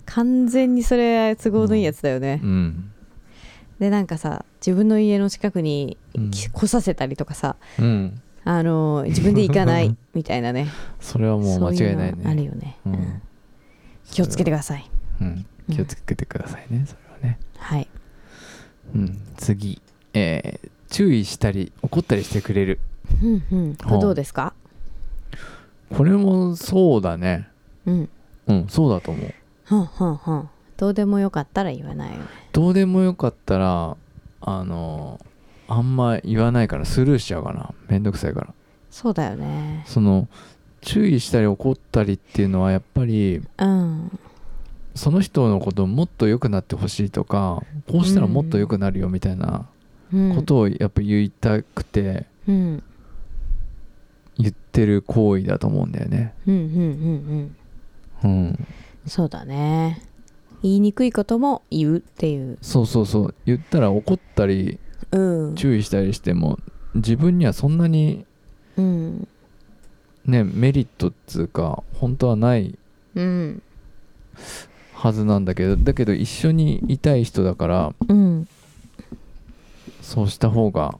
[SPEAKER 3] 完全にそれ都合のいいやつだよね、
[SPEAKER 2] うん、
[SPEAKER 3] でなんかさ自分の家の近くに
[SPEAKER 2] うん
[SPEAKER 3] き来させたりとかさ、
[SPEAKER 2] うん、
[SPEAKER 3] あのー自分で行かない
[SPEAKER 2] *laughs*
[SPEAKER 3] みたいなね
[SPEAKER 2] それはもう間違いない
[SPEAKER 3] そうう
[SPEAKER 2] ね
[SPEAKER 3] のあるよね、
[SPEAKER 2] う
[SPEAKER 3] うんん、気をつけてください
[SPEAKER 2] うん、気をつけてくださいね、それはね、
[SPEAKER 3] はい
[SPEAKER 2] うん、次、えー注意したり怒ったりしてくれる
[SPEAKER 3] うんうんこれどうですか
[SPEAKER 2] これもそうだね
[SPEAKER 3] うん
[SPEAKER 2] うんそうだと思う
[SPEAKER 3] はんはんはんどうでもよかったら言わないよね
[SPEAKER 2] どうでもよかったらあのーあんま言わないからスルーしちゃうかなめんどくさいから
[SPEAKER 3] そうだよね
[SPEAKER 2] その注意したり怒ったりっていうのはやっぱり
[SPEAKER 3] うん
[SPEAKER 2] その人のことをもっと良くなってほしいとかこうしたらもっと良くなるよみたいな
[SPEAKER 3] うん
[SPEAKER 2] ことをやっぱ言いたくて
[SPEAKER 3] うん
[SPEAKER 2] 言ってる行為だと思うんだよね。
[SPEAKER 3] うんうんうんうん
[SPEAKER 2] うん、
[SPEAKER 3] そうだね言いにくいことも言うっていう
[SPEAKER 2] そうそうそう言ったら怒ったり
[SPEAKER 3] うん
[SPEAKER 2] 注意したりしても自分にはそんなに
[SPEAKER 3] うん
[SPEAKER 2] ねメリットっつうか本当はない
[SPEAKER 3] うん
[SPEAKER 2] はずなんだけどだけど一緒にいたい人だから
[SPEAKER 3] うん
[SPEAKER 2] そうした方が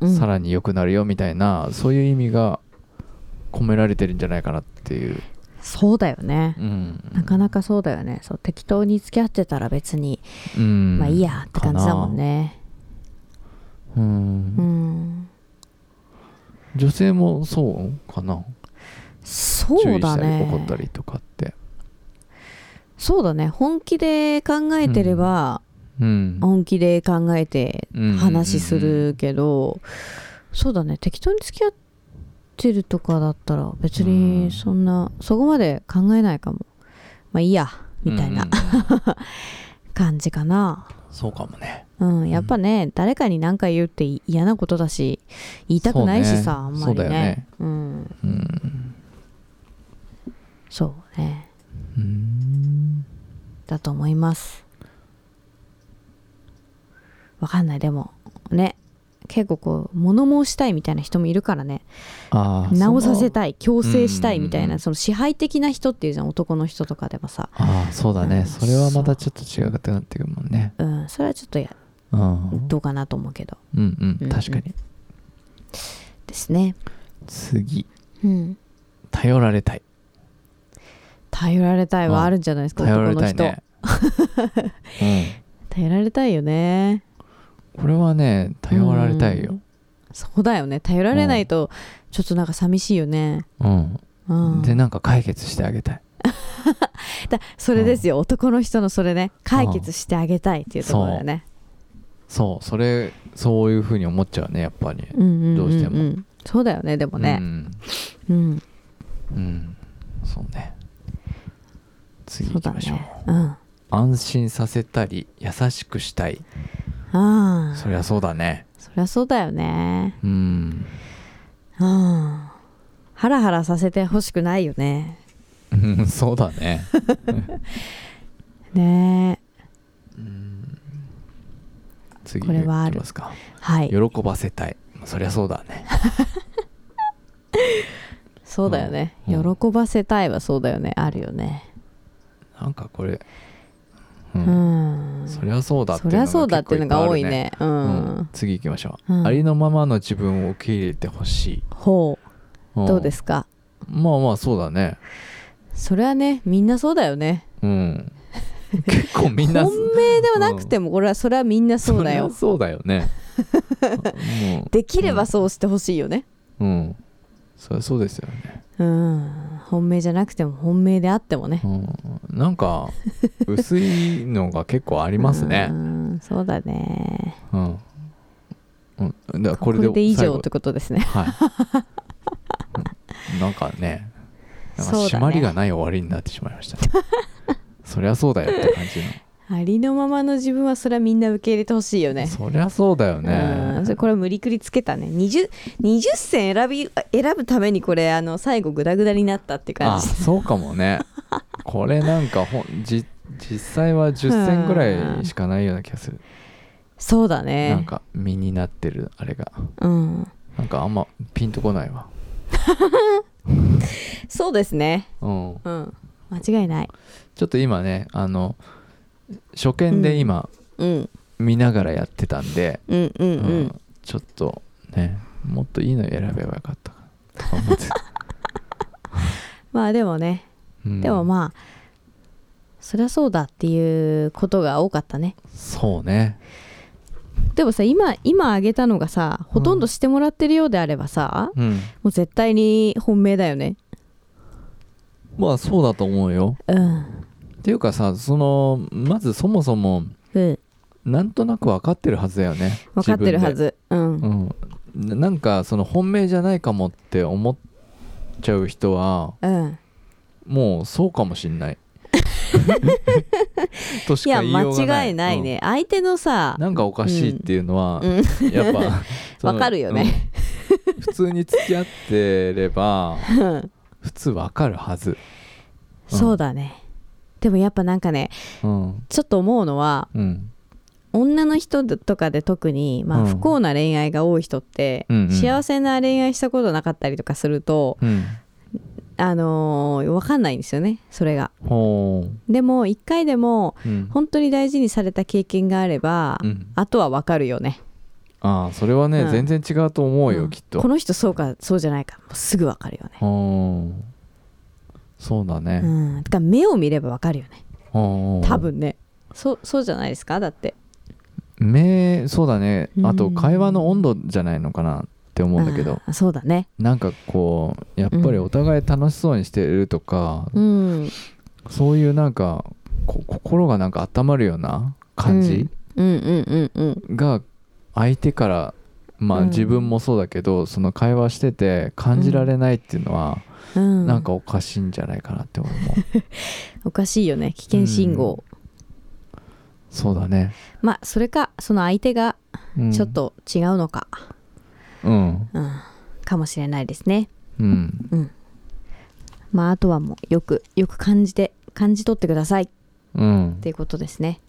[SPEAKER 3] うん
[SPEAKER 2] さらに良くなるよみたいな、そういう意味が込められてるんじゃないかなっていう、
[SPEAKER 3] そうだよね
[SPEAKER 2] うん、
[SPEAKER 3] なかなかそうだよねそう適当に付き合ってたら別に、
[SPEAKER 2] うん
[SPEAKER 3] まあいいやって感じだもんね
[SPEAKER 2] かなうん
[SPEAKER 3] うん
[SPEAKER 2] 女性もそうかな
[SPEAKER 3] そうだ
[SPEAKER 2] 注意したり怒った
[SPEAKER 3] ね
[SPEAKER 2] りとかって
[SPEAKER 3] そうだね本気で考えてれば、
[SPEAKER 2] うん
[SPEAKER 3] 本気で考えて
[SPEAKER 2] うん
[SPEAKER 3] 話するけど、そうだね適当に付き合ってるとかだったら別
[SPEAKER 2] う
[SPEAKER 3] に
[SPEAKER 2] ん
[SPEAKER 3] そんな、そこまで考えないかもまあいいやみたいな
[SPEAKER 2] うんうんうん
[SPEAKER 3] *laughs* 感じかな
[SPEAKER 2] そうかもね
[SPEAKER 3] うん、やっぱね、誰かに何か言うって嫌なことだし言いたくないしさ、あんま
[SPEAKER 2] そう
[SPEAKER 3] りね
[SPEAKER 2] だよね
[SPEAKER 3] うん、
[SPEAKER 2] うん
[SPEAKER 3] そうね
[SPEAKER 2] うん
[SPEAKER 3] だと思いますわかんないでもね結構こう物申したいみたいな人もいるからね
[SPEAKER 2] ああ
[SPEAKER 3] 直させ
[SPEAKER 2] い
[SPEAKER 3] たい強制したいみたい
[SPEAKER 2] うんうんう
[SPEAKER 3] な、
[SPEAKER 2] ん
[SPEAKER 3] その支配的な人っていうじゃん男の人とかでもさ
[SPEAKER 2] ああそうだ
[SPEAKER 3] う
[SPEAKER 2] ね
[SPEAKER 3] ん
[SPEAKER 2] それはまたちょっと違くなってくるもんね
[SPEAKER 3] うんそれはちょっとや
[SPEAKER 2] うんうん
[SPEAKER 3] どうかなと思うけど
[SPEAKER 2] うん
[SPEAKER 3] うん
[SPEAKER 2] 確かに
[SPEAKER 3] ですね
[SPEAKER 2] 次
[SPEAKER 3] うん
[SPEAKER 2] 頼られたい
[SPEAKER 3] 頼られたいは
[SPEAKER 2] あ
[SPEAKER 3] あるんじゃないですか
[SPEAKER 2] 頼ら
[SPEAKER 3] 男の
[SPEAKER 2] れたい
[SPEAKER 3] 人
[SPEAKER 2] ねうん
[SPEAKER 3] 頼られたいよね
[SPEAKER 2] これはね頼られたいよ、
[SPEAKER 3] そうだよね頼られないとちょっとなんか寂しいよね、
[SPEAKER 2] うん
[SPEAKER 3] うん、
[SPEAKER 2] でなんか解決してあげたい
[SPEAKER 3] だそれですよ、男の人のそれね解決してあげたいっていうところだよね、
[SPEAKER 2] そうそれそういうふうに思っちゃうねやっぱり
[SPEAKER 3] うんうんうんうん
[SPEAKER 2] どうしても
[SPEAKER 3] そうだよねでも
[SPEAKER 2] う
[SPEAKER 3] ね、
[SPEAKER 2] ん、
[SPEAKER 3] うん
[SPEAKER 2] うん、そうね次
[SPEAKER 3] そ
[SPEAKER 2] 行
[SPEAKER 3] う
[SPEAKER 2] き
[SPEAKER 3] だ
[SPEAKER 2] ましょう
[SPEAKER 3] ねうんあ
[SPEAKER 2] 安心させたり優しくしたい
[SPEAKER 3] あ
[SPEAKER 2] そりゃそうだね
[SPEAKER 3] そりゃそうだよね
[SPEAKER 2] うん
[SPEAKER 3] うんハラハラさせてほしくないよね
[SPEAKER 2] うん *laughs* そうだね
[SPEAKER 3] ねえ
[SPEAKER 2] 次
[SPEAKER 3] これはあ
[SPEAKER 2] 行
[SPEAKER 3] る
[SPEAKER 2] きますか
[SPEAKER 3] はい
[SPEAKER 2] 喜ばせたいそりゃそうだね
[SPEAKER 3] そうだよね、
[SPEAKER 2] うんうん
[SPEAKER 3] 喜ばせたいはそうだよねあるよね
[SPEAKER 2] なんかこれ
[SPEAKER 3] う
[SPEAKER 2] う、
[SPEAKER 3] んん、
[SPEAKER 2] そりゃそうだって
[SPEAKER 3] そりゃそうだっていうのが多い
[SPEAKER 2] 結構っぱある
[SPEAKER 3] ねう、
[SPEAKER 2] うん次行きましょう、
[SPEAKER 3] うん
[SPEAKER 2] ありのままの自分を受け入れてほし
[SPEAKER 3] ほ
[SPEAKER 2] い、
[SPEAKER 3] うどうですすか
[SPEAKER 2] まあまあそうだね
[SPEAKER 3] それはねみんなそうだよね *laughs*
[SPEAKER 2] うん結構みんな
[SPEAKER 3] 本命ではなくてもこれはそれはみんなそうだよ、
[SPEAKER 2] りゃそうだよ
[SPEAKER 3] *laughs*
[SPEAKER 2] ね
[SPEAKER 3] できればそうしてほしいよね
[SPEAKER 2] うん、うん、そりゃそうですよね、
[SPEAKER 3] うん本命じゃなくても本命であってもね
[SPEAKER 2] うん、なんか薄いのが結構あります
[SPEAKER 3] う *laughs*
[SPEAKER 2] ね
[SPEAKER 3] んそうだね
[SPEAKER 2] うん、うん、だから
[SPEAKER 3] こ
[SPEAKER 2] こ
[SPEAKER 3] れ
[SPEAKER 2] れで
[SPEAKER 3] で以
[SPEAKER 2] 最
[SPEAKER 3] 上
[SPEAKER 2] 後
[SPEAKER 3] ってことですね
[SPEAKER 2] はい、うんなんかねなんか
[SPEAKER 3] そうだね
[SPEAKER 2] 締まりがない終わりになってしまいましたね *laughs* そりゃそうだよって感じの、
[SPEAKER 3] ありのままの自分はそれはみんな受け入れてほしいよね
[SPEAKER 2] そりゃそうだよ
[SPEAKER 3] うん
[SPEAKER 2] ね
[SPEAKER 3] それこれ無理くりつけたね 20, 20選選び選ぶためにこれあの最後グダグダになったって感
[SPEAKER 2] あ
[SPEAKER 3] じ
[SPEAKER 2] そうかもねこれなんかほんじ実際は10選ぐらいしかないような気がする
[SPEAKER 3] そうだね
[SPEAKER 2] なんか身になってるあれが
[SPEAKER 3] うん
[SPEAKER 2] なんかあんまピンとこないわ
[SPEAKER 3] そうですね
[SPEAKER 2] うん
[SPEAKER 3] うん間違いない
[SPEAKER 2] ちょっと今ねあの初見で今
[SPEAKER 3] うん
[SPEAKER 2] 見ながらやってたんで、
[SPEAKER 3] うんうんうん、
[SPEAKER 2] うんちょっとねもっといいの選べばよかったかなとか
[SPEAKER 3] *laughs*
[SPEAKER 2] 思ってた
[SPEAKER 3] まあでもね
[SPEAKER 2] うん
[SPEAKER 3] でもまあ、そりゃそうだっていうことが多かったね
[SPEAKER 2] そうね
[SPEAKER 3] でもさ今今あげたのがさほとんどしてもらってるようであればさ、
[SPEAKER 2] うん
[SPEAKER 3] もう絶対に本命だよね
[SPEAKER 2] まあそうだと思うよ
[SPEAKER 3] うん
[SPEAKER 2] っていうかさそのまずそもそも
[SPEAKER 3] うん
[SPEAKER 2] なんとなく分かってるはずだよね
[SPEAKER 3] 分かってるは
[SPEAKER 2] 自
[SPEAKER 3] ずうん
[SPEAKER 2] 分でうんななんかその本命じゃないかもって思っちゃう人は
[SPEAKER 3] うん
[SPEAKER 2] もうそうかもしん
[SPEAKER 3] *laughs*
[SPEAKER 2] ないとし
[SPEAKER 3] いや
[SPEAKER 2] か言いようがな
[SPEAKER 3] 間
[SPEAKER 2] い
[SPEAKER 3] 違いないね、相手のさ
[SPEAKER 2] うんなんかおかしいっていうのは、
[SPEAKER 3] うん
[SPEAKER 2] やっぱそ
[SPEAKER 3] *laughs*
[SPEAKER 2] の
[SPEAKER 3] わかるよね、
[SPEAKER 2] うん普通に付き合ってれば
[SPEAKER 3] うん
[SPEAKER 2] 普通わかるはず、
[SPEAKER 3] そうだねでもやっぱなんかね
[SPEAKER 2] うん
[SPEAKER 3] ちょっと思うのは
[SPEAKER 2] うん、
[SPEAKER 3] 女の人とかで特に、ま
[SPEAKER 2] う
[SPEAKER 3] あ、
[SPEAKER 2] ん
[SPEAKER 3] 不幸な恋愛が多い人って、
[SPEAKER 2] うんうん
[SPEAKER 3] 幸せな恋愛したことなかったりとかすると、
[SPEAKER 2] うん、
[SPEAKER 3] あの分かんないんですよねそれが
[SPEAKER 2] ほ
[SPEAKER 3] でも一回でも
[SPEAKER 2] う、うん、
[SPEAKER 3] 本当に大事にされた経験があれば、
[SPEAKER 2] うん
[SPEAKER 3] あとは分かるよね
[SPEAKER 2] ああそれはね、
[SPEAKER 3] うん
[SPEAKER 2] 全然違うと思うよ、
[SPEAKER 3] ん
[SPEAKER 2] きっと
[SPEAKER 3] この人そうかそうじゃないかもうすぐ分かるよね
[SPEAKER 2] ほうそうだ
[SPEAKER 3] う
[SPEAKER 2] ね、
[SPEAKER 3] んだから目を見れば分かるよね
[SPEAKER 2] ほう
[SPEAKER 3] 多分ねそうそうじゃないですかだって
[SPEAKER 2] 目そうだね
[SPEAKER 3] うん
[SPEAKER 2] あと会話の温度じゃないのかなって思うんだけど、
[SPEAKER 3] あーそうだね
[SPEAKER 2] なんかこうやっぱりお互い楽しそうにしてるとか、
[SPEAKER 3] うん
[SPEAKER 2] そういうなんかこ心がなんか温まるような感じ、
[SPEAKER 3] うんうんうんうん
[SPEAKER 2] が相手からまあ
[SPEAKER 3] うん
[SPEAKER 2] 自分もそうだけど、その会話してて感じられないっていうのは、
[SPEAKER 3] うん
[SPEAKER 2] なんかおかしいんじゃないかなって思う、
[SPEAKER 3] おかしいよね危険信号、
[SPEAKER 2] そうだね、
[SPEAKER 3] まあそれかその相手が
[SPEAKER 2] うん
[SPEAKER 3] ちょっと違うのか、
[SPEAKER 2] うん
[SPEAKER 3] うん、かもしれないですね
[SPEAKER 2] うん
[SPEAKER 3] まああとはもうよくよく感じて感じ取ってくださいっ
[SPEAKER 2] うん
[SPEAKER 3] ていうことですね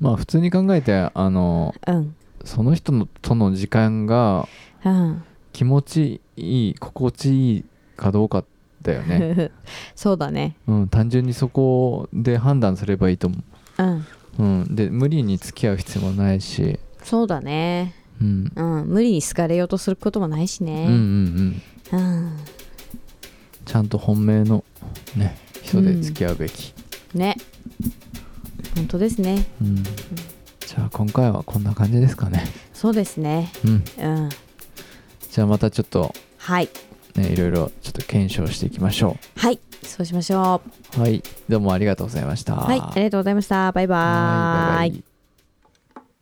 [SPEAKER 2] まあ普通に考えてあの
[SPEAKER 3] うん
[SPEAKER 2] その人のとの時間が
[SPEAKER 3] うん、
[SPEAKER 2] 気持ちいい心地いいかどうかだよね、
[SPEAKER 3] *laughs* そうだね
[SPEAKER 2] うん、単純にそこで判断すればいいと思
[SPEAKER 3] うん
[SPEAKER 2] う、うん、で無理に付き合う必要もないし、
[SPEAKER 3] そうだね
[SPEAKER 2] うん、
[SPEAKER 3] うん無理に好かれようとすることもないし
[SPEAKER 2] うんうんう
[SPEAKER 3] ね
[SPEAKER 2] ん
[SPEAKER 3] うん、
[SPEAKER 2] ちゃんと本命のね人で付き合うべき、
[SPEAKER 3] ね本当ですね
[SPEAKER 2] うんじゃあ今回はこんな感じですかね
[SPEAKER 3] そうですね
[SPEAKER 2] うん
[SPEAKER 3] うん
[SPEAKER 2] じゃあまたちょっと
[SPEAKER 3] はい
[SPEAKER 2] ねいろいろちょっと検証していきましょ
[SPEAKER 3] はいそうしましょう
[SPEAKER 2] うはいどうもありがとうございました
[SPEAKER 3] はいありがとうございましたバイバーイ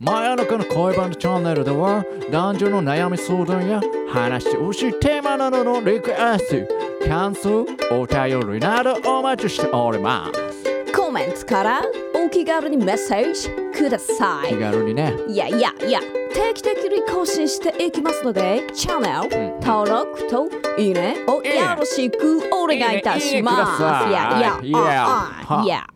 [SPEAKER 2] 前野くんの恋バナチャンネルでは男女の悩み相談や話してほしいテーマなどのリクエスト感想お便りなどお待ちしております
[SPEAKER 3] コメントからお気軽にメッセージくださ
[SPEAKER 2] 気
[SPEAKER 3] い
[SPEAKER 2] 軽にね
[SPEAKER 3] いやいやいや定期的に更新していきますのでチャンネル登録といいねをよろしくお願いいたします
[SPEAKER 2] いいねいいねください
[SPEAKER 3] いやいや
[SPEAKER 2] いや
[SPEAKER 3] ああ
[SPEAKER 2] はい
[SPEAKER 3] や